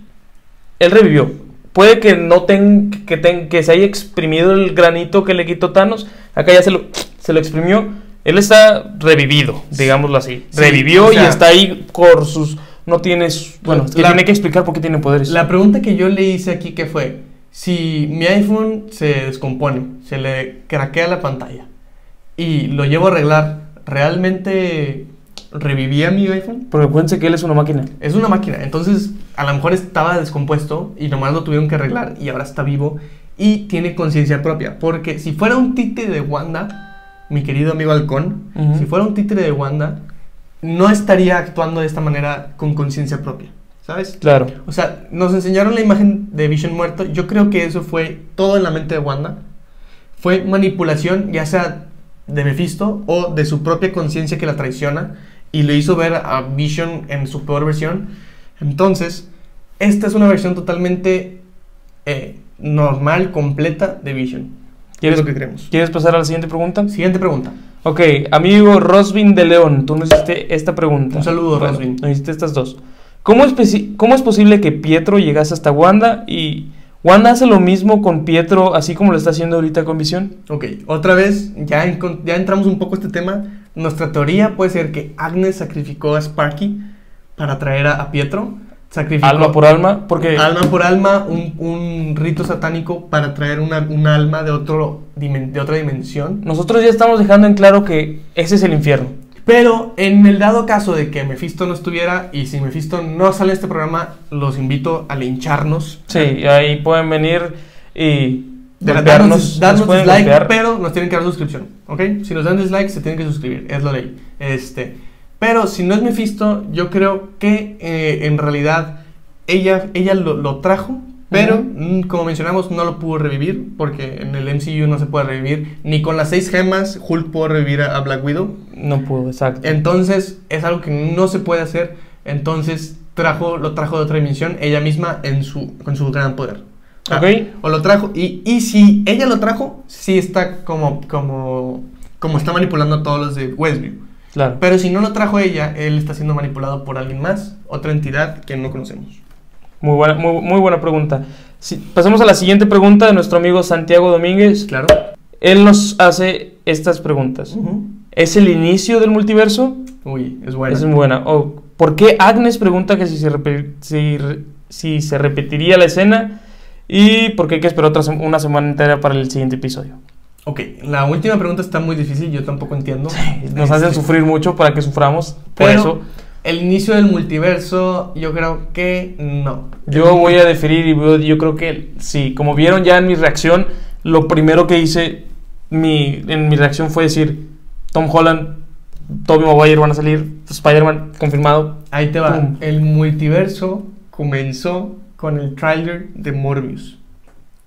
Speaker 5: él revivió. Puede que no ten, que, ten- que se haya exprimido el granito que le quitó Thanos. Acá ya se lo, se lo exprimió. Él está revivido, digámoslo así.
Speaker 4: Sí,
Speaker 5: revivió
Speaker 4: o sea-
Speaker 5: y está ahí con sus... No tienes... Bueno,
Speaker 4: La-
Speaker 5: le tiene que explicar por qué tiene poderes.
Speaker 4: La pregunta que yo le hice aquí que fue, si mi iPhone se descompone, se le craquea la pantalla y lo llevo a arreglar, ¿realmente revivía mi iPhone?
Speaker 5: Porque acuérdense que él es una máquina.
Speaker 4: Es una máquina, entonces a lo mejor estaba descompuesto y nomás lo tuvieron que arreglar y ahora está vivo y tiene conciencia propia. Porque si fuera un títere de Wanda, mi querido amigo Halcón,
Speaker 5: Ujú.
Speaker 4: si fuera un títere de Wanda, no estaría actuando de esta manera con conciencia propia, ¿sabes?
Speaker 5: Claro.
Speaker 4: O sea, nos enseñaron la imagen de Vision muerto. Yo creo que eso fue todo en la mente de Wanda. Fue manipulación, ya sea de Mephisto o de su propia conciencia que la traiciona y le hizo ver a Vision en su peor versión. Entonces, esta es una versión totalmente eh, normal, completa de Vision. ¿Qué es
Speaker 5: ¿Quieres,
Speaker 4: lo que creemos?
Speaker 5: ¿Quieres pasar a la siguiente pregunta?
Speaker 4: Siguiente pregunta.
Speaker 5: Ok, amigo Rosvin de León, tú nos hiciste esta pregunta.
Speaker 4: Un saludo, Rosvin.
Speaker 5: Nos hiciste estas dos. ¿Cómo es, posi- cómo es posible que Pietro llegase hasta Wanda y Wanda hace lo mismo con Pietro, así como lo está haciendo ahorita con Visión?
Speaker 4: Ok, otra vez, ya, encon- ya entramos un poco a este tema. Nuestra teoría puede ser que Agnes sacrificó a Sparky para traer a, a Pietro. Sacrificó
Speaker 5: Alma por alma, porque
Speaker 4: alma por alma, un, un rito satánico para traer una, un alma de, otro, dimen- de otra dimensión.
Speaker 5: nosotros ya estamos dejando en claro que ese es el infierno.
Speaker 4: Pero en el dado caso de que Mephisto no estuviera y si Mephisto no sale en este programa, los invito a lincharnos.
Speaker 5: Sí, ahí pueden venir y
Speaker 4: Darnos,
Speaker 5: golpearnos,
Speaker 4: darnos
Speaker 5: nos pueden
Speaker 4: dislike,
Speaker 5: golpear.
Speaker 4: pero nos tienen que dar suscripción, ¿ok? Si nos dan dislike, se tienen que suscribir, es la ley. Este, pero si no es Mephisto, yo creo que eh, en realidad ella, ella lo, lo trajo, pero
Speaker 5: Ujú.
Speaker 4: mm, como mencionamos, no lo pudo revivir, porque en el MCU no se puede revivir, ni con las seis gemas Hulk pudo revivir a, a Black Widow.
Speaker 5: No pudo,
Speaker 4: Eh,
Speaker 5: exacto.
Speaker 4: Entonces, es algo que no se puede hacer, entonces trajo, lo trajo de otra dimensión, ella misma en su, con su gran poder. Ah,
Speaker 5: Ok.
Speaker 4: o lo trajo. Y, y si ella lo trajo, sí está como, como, como está manipulando a todos los de Westview.
Speaker 5: Claro.
Speaker 4: Pero si no lo trajo ella, él está siendo manipulado por alguien más, otra entidad que no conocemos.
Speaker 5: Muy buena, muy, muy buena pregunta. Si- pasamos a la siguiente pregunta de nuestro amigo Santiago Domínguez.
Speaker 4: Claro.
Speaker 5: Él nos hace estas preguntas. ¿Es el inicio del multiverso?
Speaker 4: Uy, es bueno.
Speaker 5: Es muy buena. O, ¿Por qué Agnes pregunta que si se, repe- si re- si se repetiría la escena? ¿Y por qué hay que esperar otra sem- una semana entera para el siguiente episodio?
Speaker 4: Ok, la última pregunta está muy difícil, yo tampoco entiendo.
Speaker 5: Nos hacen
Speaker 4: Este,
Speaker 5: sufrir mucho para que suframos. Por
Speaker 4: pero
Speaker 5: eso
Speaker 4: El inicio del multiverso, yo creo que no.
Speaker 5: yo voy a definir y voy- yo creo que sí. Como vieron ya en mi reacción, lo primero que hice mi, en mi reacción fue decir, Tom Holland, Tobey Maguire van a salir, Spider-Man confirmado,
Speaker 4: Ahí te va.
Speaker 5: Pum.
Speaker 4: El multiverso comenzó con el tráiler de Morbius.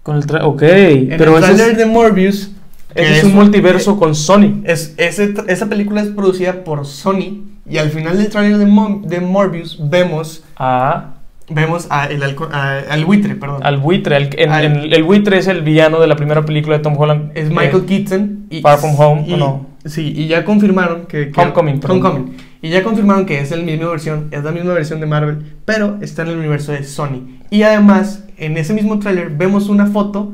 Speaker 5: Con el tra- ok,
Speaker 4: En
Speaker 5: pero
Speaker 4: el
Speaker 5: ese
Speaker 4: tráiler
Speaker 5: es,
Speaker 4: de Morbius
Speaker 5: ese
Speaker 4: que
Speaker 5: es un multiverso con Sony.
Speaker 4: Es, ese tr- esa película es producida por Sony y al final del tráiler de, Mor- de Morbius vemos
Speaker 5: Ah,
Speaker 4: vemos a el halcón- a- al buitre, perdón.
Speaker 5: al buitre. al- en-
Speaker 4: Al-
Speaker 5: en- el buitre es el villano de la primera película de Tom Holland.
Speaker 4: es Michael
Speaker 5: Eh,
Speaker 4: Keaton y
Speaker 5: Far From Home,
Speaker 4: y-
Speaker 5: ¿o no?
Speaker 4: Sí, y ya confirmaron que, que-
Speaker 5: Homecoming, perdón.
Speaker 4: Homecoming. Y ya confirmaron que es el mismo versión, es la misma versión de Marvel, pero está en el universo de Sony. Y además, en ese mismo tráiler vemos una foto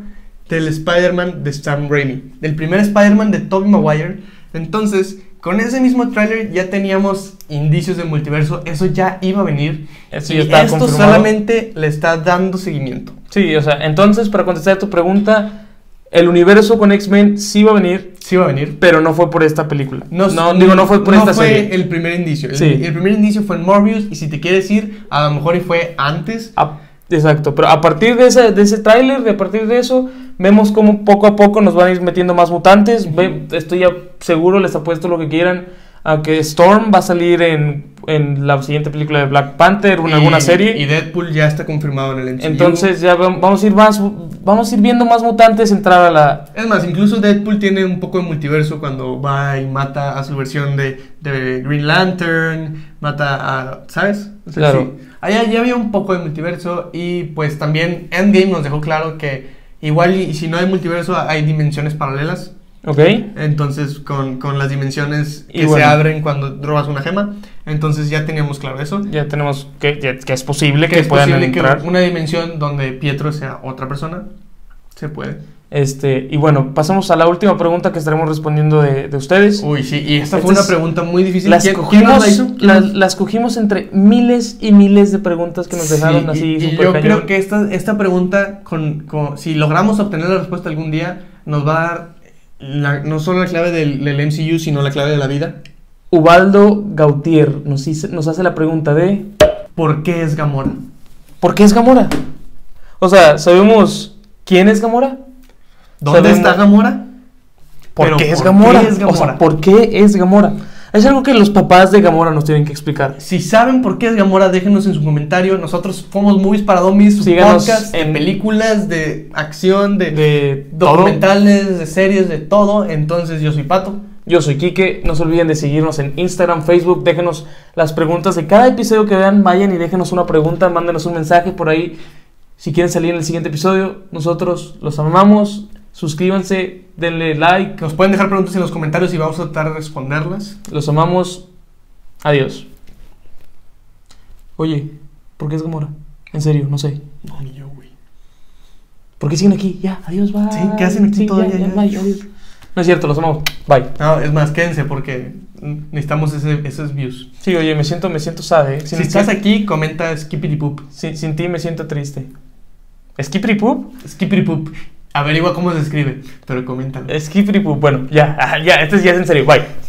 Speaker 4: del Spider-Man de Sam Raimi, del primer Spider-Man de Tobey Maguire. Entonces, con ese mismo tráiler ya teníamos indicios del multiverso, eso ya iba a venir.
Speaker 5: Eso
Speaker 4: y
Speaker 5: ya está
Speaker 4: esto
Speaker 5: confirmado.
Speaker 4: solamente le está dando seguimiento.
Speaker 5: Sí, o sea, entonces para contestar tu pregunta, el universo con X-Men sí va a venir,
Speaker 4: Sí va a venir.
Speaker 5: pero no fue por esta película. No,
Speaker 4: s-
Speaker 5: digo, no fue por
Speaker 4: no
Speaker 5: esta
Speaker 4: fue
Speaker 5: serie.
Speaker 4: el primer indicio. El,
Speaker 5: Sí.
Speaker 4: el primer indicio fue en Morbius y si te quieres ir, a lo mejor y fue antes.
Speaker 5: A- exacto, pero a partir de ese, de ese tráiler, de a partir de eso, vemos cómo poco a poco nos van a ir metiendo más mutantes. Ve- estoy ya seguro, les apuesto lo que quieran, a que Storm va a salir en, en la siguiente película de Black Panther o en
Speaker 4: Y-
Speaker 5: alguna serie.
Speaker 4: Y Deadpool ya está confirmado en el MCU.
Speaker 5: entonces ya vam- vamos a ir más, vamos a ir viendo más mutantes entrar a la...
Speaker 4: Es más, incluso Deadpool tiene un poco de multiverso cuando va y mata a su versión de, de Green Lantern, mata a... ¿Sabes? O sea,
Speaker 5: Claro.
Speaker 4: sí. Allá ya había un poco de multiverso y pues también Endgame nos dejó claro que igual y si no hay multiverso hay dimensiones paralelas.
Speaker 5: ¿Ok?
Speaker 4: Entonces, con, con las dimensiones
Speaker 5: Y
Speaker 4: que se
Speaker 5: bueno.
Speaker 4: abren cuando robas una gema. Entonces ya teníamos claro eso.
Speaker 5: Ya tenemos que, ya- que es posible que,
Speaker 4: es
Speaker 5: puedan
Speaker 4: posible
Speaker 5: entrar.
Speaker 4: que una dimensión donde Pietro sea otra persona se puede.
Speaker 5: Este, y bueno, pasamos a la última pregunta que estaremos respondiendo de, de ustedes.
Speaker 4: Uy, sí, y esta,
Speaker 5: Esta
Speaker 4: fue una
Speaker 5: Este es-
Speaker 4: pregunta muy difícil.
Speaker 5: Las
Speaker 4: ¿Quién- quién nos
Speaker 5: cogimos,
Speaker 4: la hizo? ¿Quién
Speaker 5: las-
Speaker 4: nos-
Speaker 5: las cogimos entre miles y miles de preguntas que nos
Speaker 4: Sí,
Speaker 5: dejaron
Speaker 4: y-
Speaker 5: así
Speaker 4: y
Speaker 5: súper
Speaker 4: yo
Speaker 5: cañón.
Speaker 4: creo que esta, esta pregunta, con, con- si logramos obtener la respuesta algún día, nos va a dar la- no solo la clave del, del MCU, sino la clave de la vida.
Speaker 5: Ubaldo Gautier nos, hizo- nos hace la pregunta de
Speaker 4: ¿Por qué es Gamora?
Speaker 5: ¿Por qué es Gamora? O sea, sabemos quién es Gamora,
Speaker 4: ¿Dónde
Speaker 5: Sabemos-
Speaker 4: está Gamora?
Speaker 5: por
Speaker 4: Pero
Speaker 5: qué es
Speaker 4: ¿por
Speaker 5: Gamora,
Speaker 4: qué es
Speaker 5: o sea,
Speaker 4: Gamora?
Speaker 5: por qué es Gamora. Es algo que los papás de Gamora nos tienen que explicar.
Speaker 4: Si saben por qué es Gamora, déjenos en su comentario. Nosotros somos Movies para Dummies, su
Speaker 5: Síganos
Speaker 4: podcast
Speaker 5: en-
Speaker 4: en películas, de acción, de,
Speaker 5: De todo.
Speaker 4: documentales, de series, de todo. Entonces yo soy Pato.
Speaker 5: Yo soy Quique, no se olviden de seguirnos en Instagram, Facebook, déjenos las preguntas de cada episodio que vean, vayan y déjenos una pregunta, mándenos un mensaje por ahí si quieren salir en el siguiente episodio. Nosotros los amamos, suscríbanse, denle like,
Speaker 4: Nos pueden dejar preguntas en los comentarios y vamos a tratar de responderlas.
Speaker 5: los amamos. Adiós. Oye, ¿por qué es Gamora? En serio, no sé.
Speaker 4: No, ni yo, güey.
Speaker 5: ¿Por qué siguen aquí? Ya, adiós, bye.
Speaker 4: Sí, ¿qué hacen aquí
Speaker 5: Sí, ya,
Speaker 4: todavía?
Speaker 5: ya,
Speaker 4: Ya.
Speaker 5: bye, adiós. No es cierto, los amamos. Bye.
Speaker 4: No, es más, quédense porque mm, necesitamos ese- esos views.
Speaker 5: Sí, oye, me siento, me siento sad, eh.
Speaker 4: Si,
Speaker 5: Sin-
Speaker 4: estás
Speaker 5: sin-
Speaker 4: aquí, comenta Skippity Poop.
Speaker 5: sin, sin ti me siento triste. ¿Skippery Poop?
Speaker 4: Skippity Poop. Averigua cómo se escribe, pero coméntalo.
Speaker 5: Es Kipri Bueno, ya, ya, este ya es en serio. Bye.